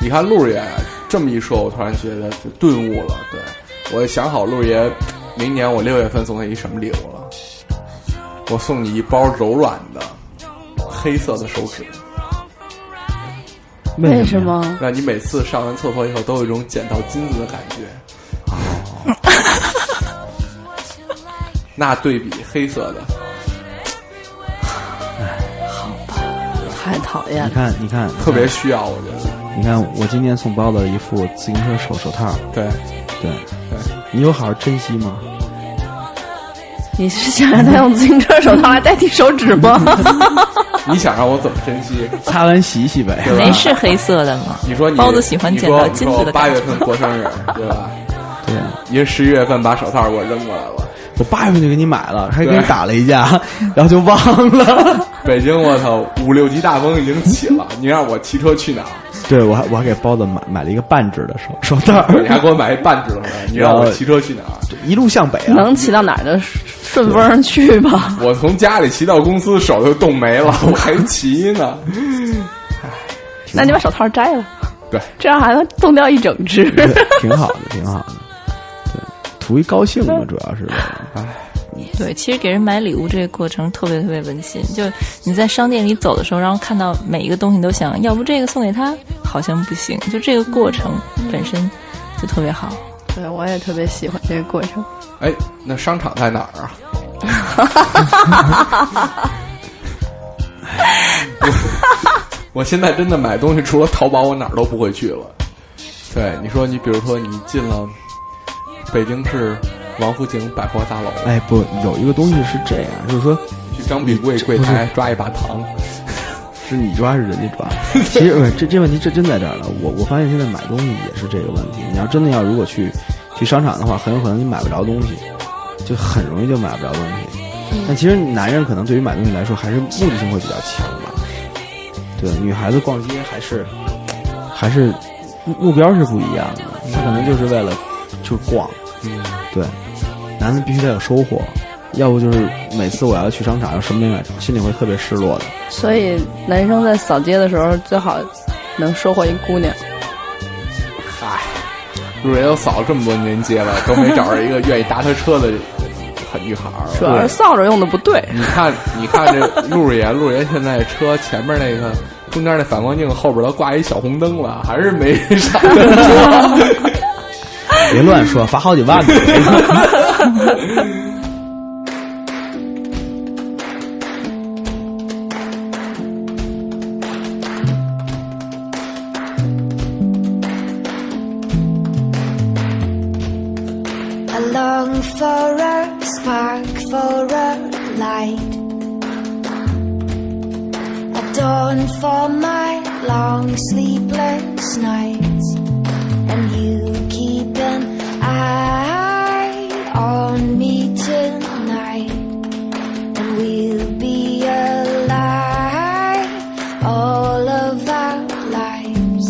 你看陆爷这么一说，我突然觉得就顿悟了。对，我想好陆爷明年我六月份送他一什么礼物了？我送你一包柔软的黑色的手纸，
为什么？
让你每次上完厕所以后都有一种捡到金子的感觉。那对比黑色的，
太讨厌
你
了。
看，你看，
特别需要，我觉得。
你看，我今天送包子一副自行车手手套，
对，
对，
对，
你有好好珍惜吗？
你是想让他用自行车手套来代替手 指吗？
你想让我怎么珍惜？
擦完洗一洗呗。
对吧
没是黑色的吗？
你说你
包子喜欢
你
捡
说
到
你
金
说
子
我
的
八
感
月
觉。
份过生日，对吧？
对，
你十一月份把手套给我扔过来了，
我八月份就给你买了，还给你打了一架， 然后就忘 了。
北京，我操，五六级大风已经起了，你让我骑车去哪儿？
对我还我还给包子买买了一个半指的手手袋
你还给我买一半 指头呢，你让我骑车去哪儿？
一路向北啊，
能骑到哪儿就顺风去吧。
我从家里骑到公司，手就冻没了，我还骑呢。
那你把手套摘了，
对，
这样还能冻掉一整只。
挺好的，挺好的。对，图一高兴嘛，主要是。哎，
对，其实给人买礼物这个过程特别特别温馨。就你在商店里走的时候，然后看到每一个东西，都想要不这个送给他，好像不行。就这个过程本身就特别好。
对，我也特别喜欢这个过程。
哎，那商场在哪儿啊？ 我现在真的买东西，除了淘宝，我哪儿都不会去了。对，你说你，比如说你进了北京市王府井百货大楼，
哎，不，有一个东西是这样，就是说，
去张笔柜柜台抓一把糖，
是你抓是人家抓？其实不是这这问题这真在这儿了。我我发现现在买东西也是这个问题。你要真的要如果去去商场的话，很有可能你买不着东西，就很容易就买不着东西。但其实男人可能对于买东西来说，还是目的性会比较强吧。对，女孩子逛街还是还是目目标是不一样的，她可能就是为了就是逛。
嗯，
对，男的必须得有收获，要不就是每次我要去商场，要什么没买着，心里会特别失落的。
所以男生在扫街的时候，最好能收获一姑娘。
嗨，瑞都扫了这么多年街了，都没找着一个愿意搭他车的女孩儿。
主要是扫帚用的不对。
你看，你看这路爷，路爷现在车前面那个中间那反光镜后边都挂一小红灯了，还是没上车。
别乱说，罚好几万呢。
I long for a spark, for a light. A dawn for my long sleepless nights. And you keep an eye on me tonight. And we'll be alive all of our lives.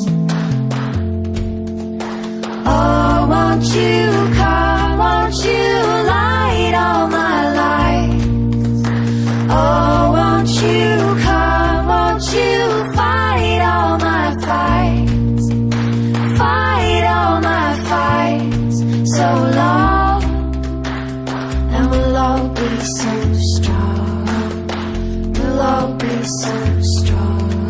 Oh, won't you come? Won't you light all my life? Oh, won't you come? Won't you fight all my fights? Fight all my fights so long, and we'll all be so strong. We'll all be so strong.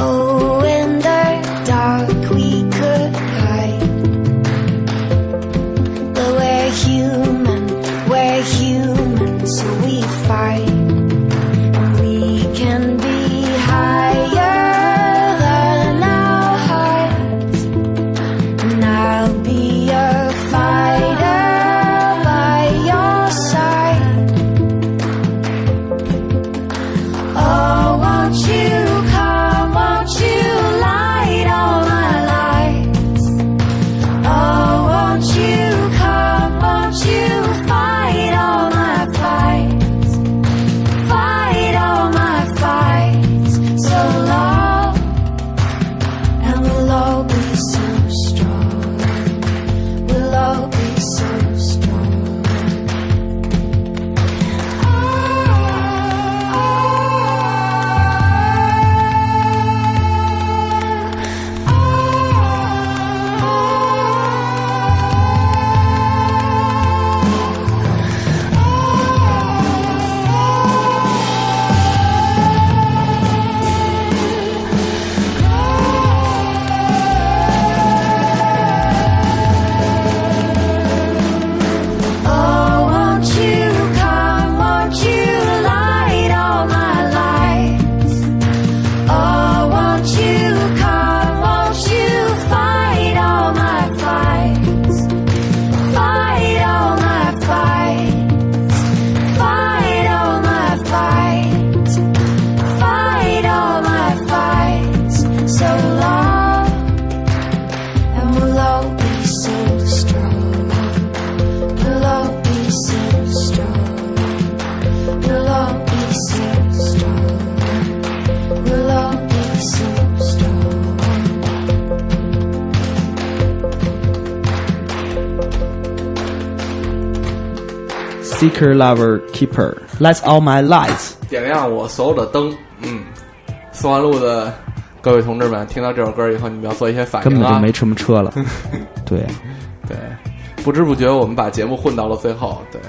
Oh, in the dark we could hide. But we're human, we're human, so we fight. We can be higher than our heights. And I'll be a fighter by your side. Oh.
Oh, Oh,
Seeker Lover Keeper Lights All My Lights。
点亮我所有的灯。嗯，松花路的各位同志们，听到这首歌以后，你们要做一些反应、啊、。
根本就没什么车 了对，
对，不知不觉我们把节目混到了最后， 对，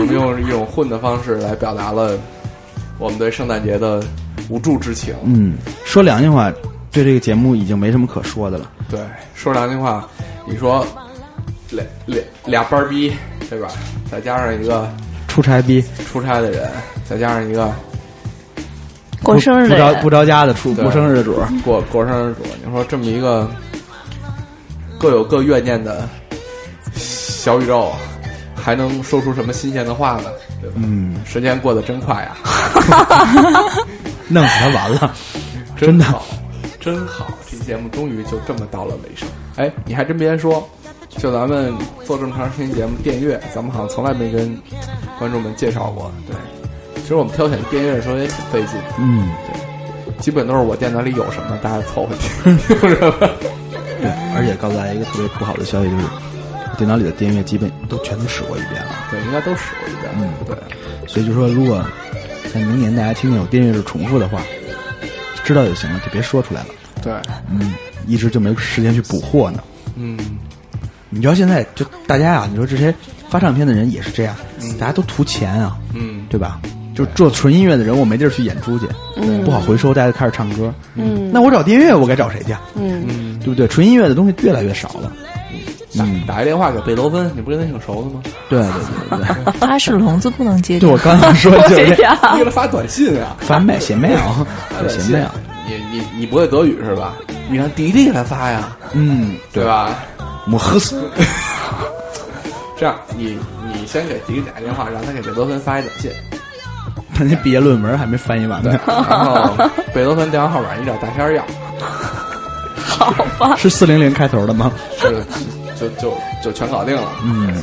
我们用一种混的方式来表达了我们对圣诞节的无助之情。
嗯，说良心话，对这个节目已经没什么可说的了。
对，说良心话，你说俩俩俩班儿逼，对吧？再加上一个
出差逼，
出差的人，再加上一个
过生日
不
的
着
人
不着家的出
对
过生日的主儿，
过过生日主，你说这么一个各有各怨念的小宇宙，还能说出什么新鲜的话呢？对吧？
嗯，
时间过得真快啊呀，
弄死他完 了，
真
的
好，真好，这期节目终于就这么到了尾声。哎，你还真别说，就咱们做这么长时间节目，电乐，咱们好像从来没跟观众们介绍过。对，其实我们挑选电乐的时候也挺费劲的，
嗯，
基本都是我电台里有什么，大家凑合 听，听什么。
对，而且告诉大家一个特别不好的消息，就是我电脑里的电乐基本都全都使过一遍了。
对，应该都使过一遍。
嗯，
对。
所以就说，如果在明年大家听见有电乐是重复的话，知道就行了，就别说出来了。
对，
嗯，一直就没时间去补货呢。
嗯，
你知道现在就大家啊，你说这些发唱片的人也是这样，
嗯
大家都图钱啊，
嗯，
对吧？就做纯音乐的人，我没地儿去演出去，
嗯
不好回收，大家就开始唱歌。
嗯
那我找电乐，我该找谁去？啊
嗯
对不对？纯音乐的东西越来越少了。嗯，
打一电话给贝多芬，你不是跟他挺熟 的吗？
对对对对对，
巴士聋子不能接。
对我刚想说 就是这
对呀
你给他发短信啊，
发卖写 mail，
发短
写
信
mail。。
你你你不会德语是吧？你让迪迪给他发呀，
嗯，
对吧？
我喝死。
这样，你你先给迪迪打电话，让他给贝多芬发一短 信，
他 那毕业论文还没翻译完呢，
然后贝多芬电话号码你找大仙儿要，
是四零零开头的吗？
是就就就全搞定了。
嗯，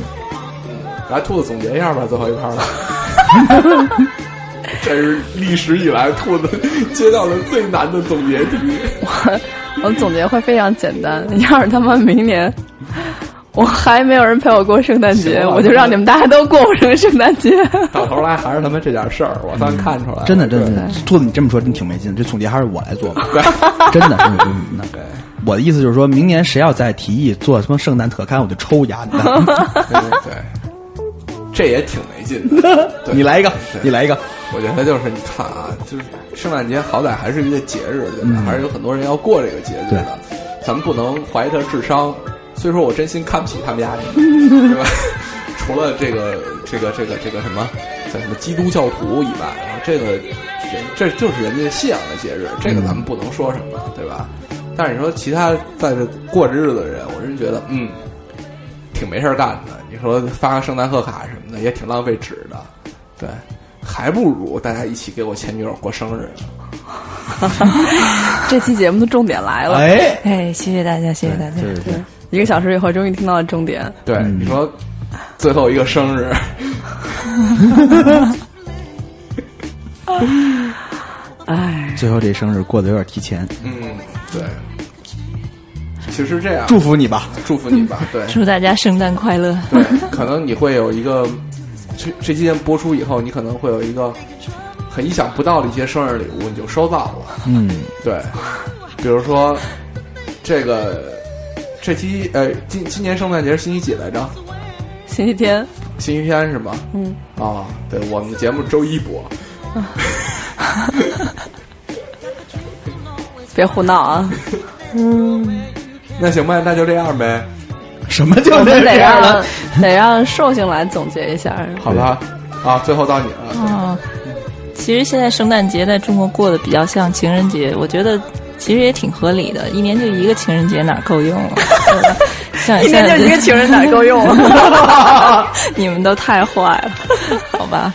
来，兔子总结一下吧，最后一 趴了。这是历史以来兔子接到了最难的总结题。
我我总结会非常简单，要是他们明年我还没有人陪我过圣诞节，
行了
我就让你们大家都过我这个圣诞 节。
到头来还是他妈这点事儿，我算看出来了。
嗯真的
对
真的，真的，兔子你这么说真挺没劲的，这总结还是我来做吧， 真的真的真的。我的意思就是说，明年谁要再提议做什么圣诞特刊，我就抽牙你知道吗。
对对对，这也挺没劲的。 对
你来一个
对，
你来一个。
我觉得就是你看啊，就是圣诞节好歹还是一个节日，对吧？
嗯
还是有很多人要过这个节日的，咱们不能怀疑他智商。虽说我真心看不起他们家人，对吧？ 除了这个这个这个这个什么叫什么基督教徒以外，啊，这个人这就是人家信仰的节日，这个咱们不能说什么，对吧？但是你说其他在这过日子的人，我真觉得嗯，挺没事儿干的。你说发个圣诞贺卡什么的，也挺浪费纸的，对，还不如大家一起给我前女友过生日。
这期节目的重点来了，
哎
哎，谢谢大家，谢谢大家。
对对，
一个小时以后终于听到了重点，
对，你说最后一个生日，
哎，
最后这生日过得有点提前，
嗯，对。其实这样，
祝福你吧。
祝福你吧，对，
祝大家圣诞快乐！
对，可能你会有一个，这这期节目播出以后，你可能会有一个很意想不到的一些生日礼物，你就收到了。
嗯，
对，比如说这个这期呃，今今年圣诞节是星期几来着？
星期天，
星期天是吗？
嗯，
啊，对，我们节目周一播。
别胡 闹啊！
那行吧，那就这样呗，
什么叫
我们
这
得
样
让
了？
得让寿星来总结一下。
好吧。啊，最后到你了。
哦，其实现在圣诞节在中国过得比较像情人节，我觉得其实也挺合理的，一年就一个情人节哪够用啊？ 对吧像
一年就一个情人哪够用？
你们都太坏了，好吧？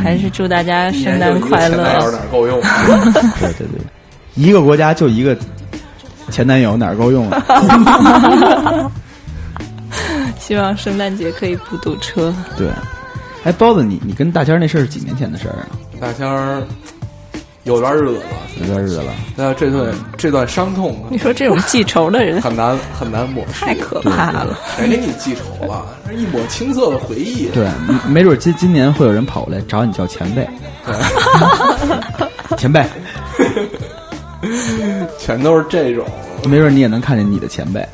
还是祝大家
一年就
圣诞
一个
快
前男友
乐
哪！儿够 用？
对对对，一个国家就一个前男友，哪儿够用啊？
希望圣诞节可以不堵车。
对，哎，包子，你你跟大仙儿那事儿是几年前的事儿啊？
大仙儿，有段日子了，
有段日子了。
那这段这段伤痛，
你说这种记仇的人
很难很难抹去，
太可怕了。
谁给你记仇了？这一抹青涩的回忆。啊
对，没准今今年会有人跑过来找你叫前辈， 前辈，
全都是这种，
没准你也能看见你的前辈。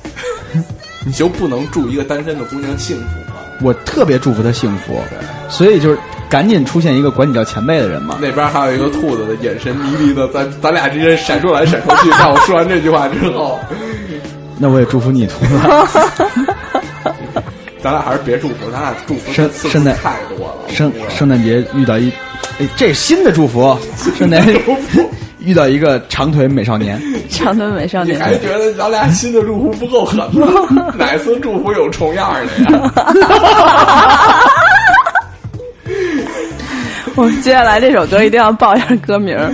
你就不能祝一个单身的姑娘幸福吗？
我特别祝福她幸福，所以就是赶紧出现一个管你叫前辈的人嘛。
那边还有一个兔子的眼神迷离的，咱咱俩之间闪烁来闪烁去。但我说完这句话之后，
那我也祝福你， 兔子。
咱俩还是别祝福，咱俩祝福
圣
次
圣诞
太多了。
圣圣诞节遇到一，哎，这是新的祝福，圣诞遇到一个长腿美少年，
长腿美少
你
年，
还觉得咱俩新的祝福不够狠 吗？哪次祝福有重样的呀？
我们接下来这首歌一定要报一下歌名儿，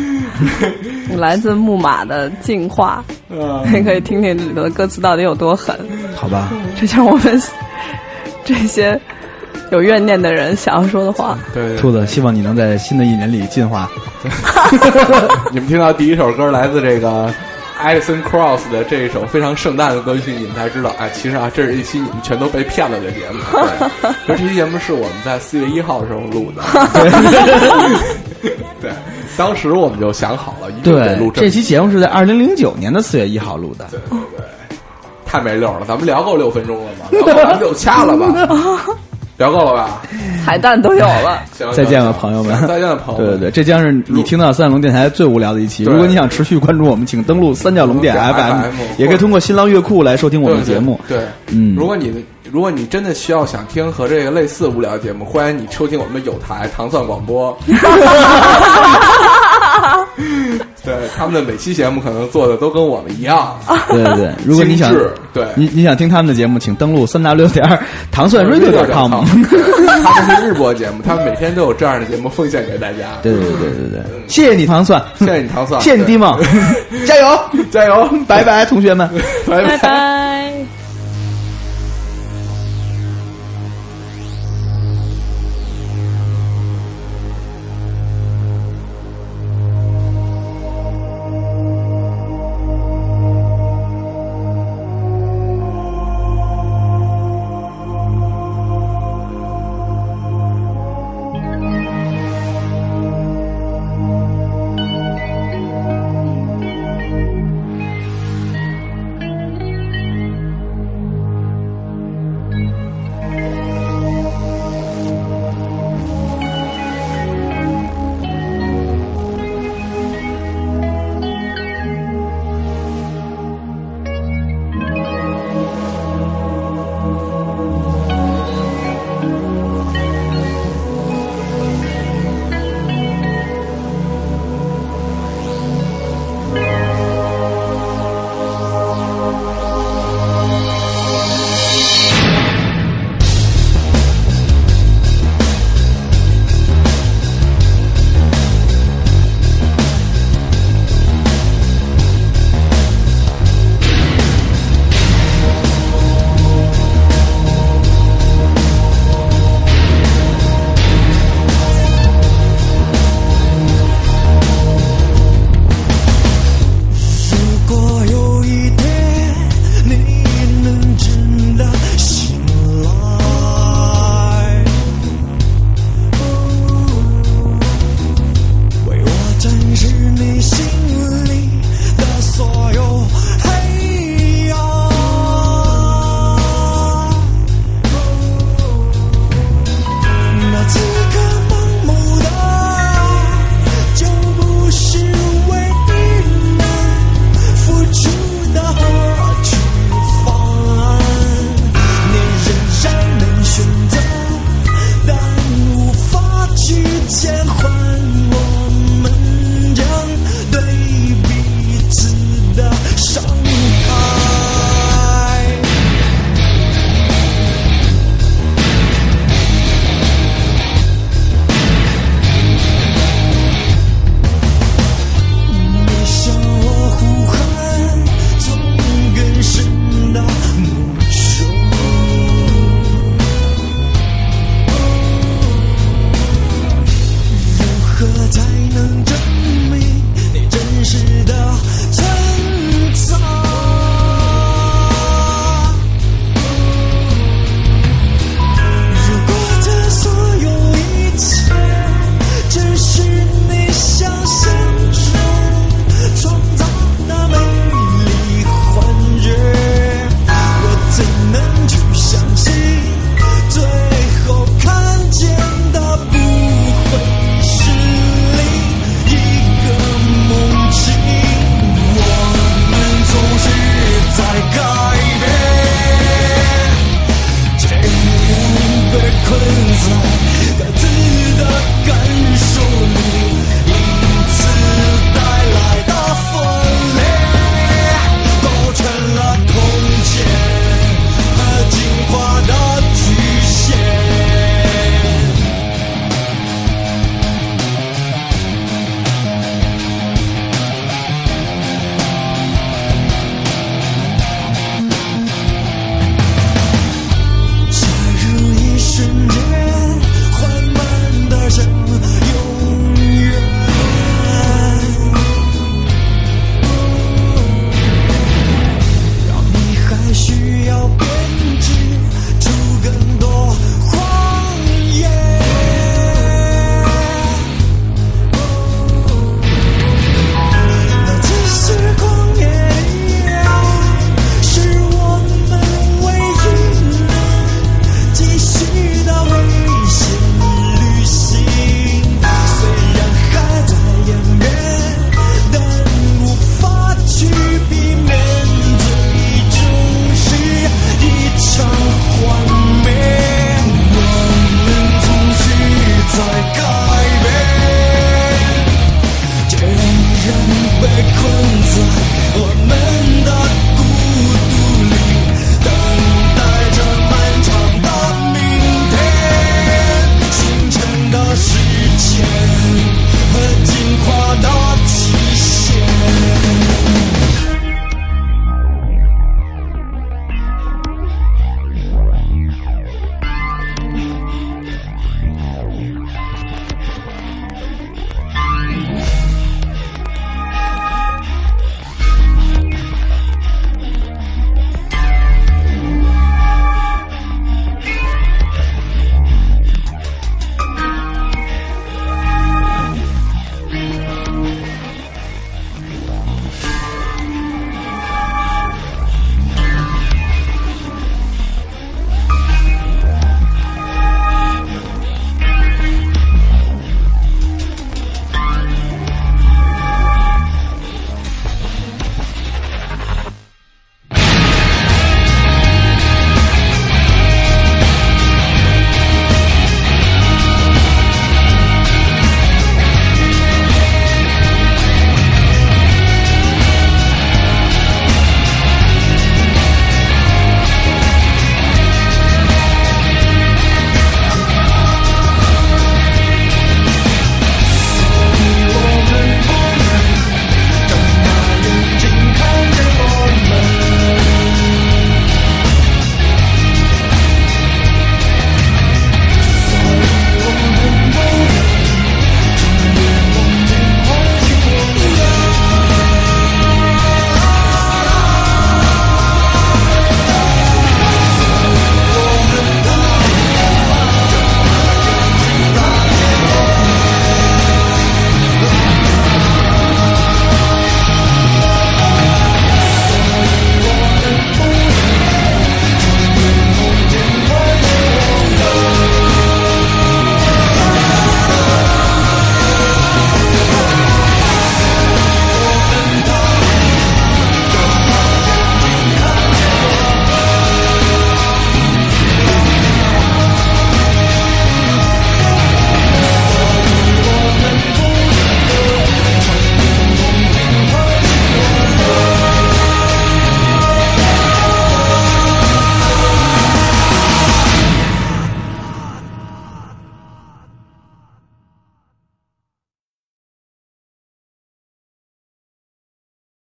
来自木马的《进化》，
嗯
你可以听听这里头的歌词到底有多狠。
好吧？
这就是我们这些有怨念的人想要说的话。
对
兔子，希望你能在新的一年里进化。
你们听到第一首歌来自这个 Alison Cross 的这一首非常圣诞的歌曲，你们才知道，哎，其实啊，这是一期你们全都被骗了的节 目。对，而这期节目是我们在四月一号的时候录 的。对对，当时我们就想好了，一定得
对
录，
这
么
期节目是在二零零九年的四月一号录的。
太没溜了，咱们聊够六分钟了吗？聊够咱们就掐 了吧，聊够了吧？
海蛋都有了，
行，
再见
行
吧，朋友们！
再见了，朋友
对
们。
对对，这将是你听到三角龙电台最无聊的一期。
对
如果你想持续关注我们，请登录三角龙点
FM
FM，也可以通过新浪乐库来收听我们的节目。
对，对
嗯
如果你如果你真的需要想听和这个类似无聊的节目，欢迎你收听我们的有台糖蒜 广播。对，他们的每期节目可能做的都跟我们一样。
对对对，如果你想
精致对
你你想听他们的节目，请登录三 w 点儿糖蒜 radio 点 com。
他们是日播节目，他们每天都有这样的节目奉献给大家。
对对对对对对，谢谢你糖蒜，
谢谢你糖蒜，
谢谢你
对
丁梦，加油
加油，
拜拜，同学们，
拜拜。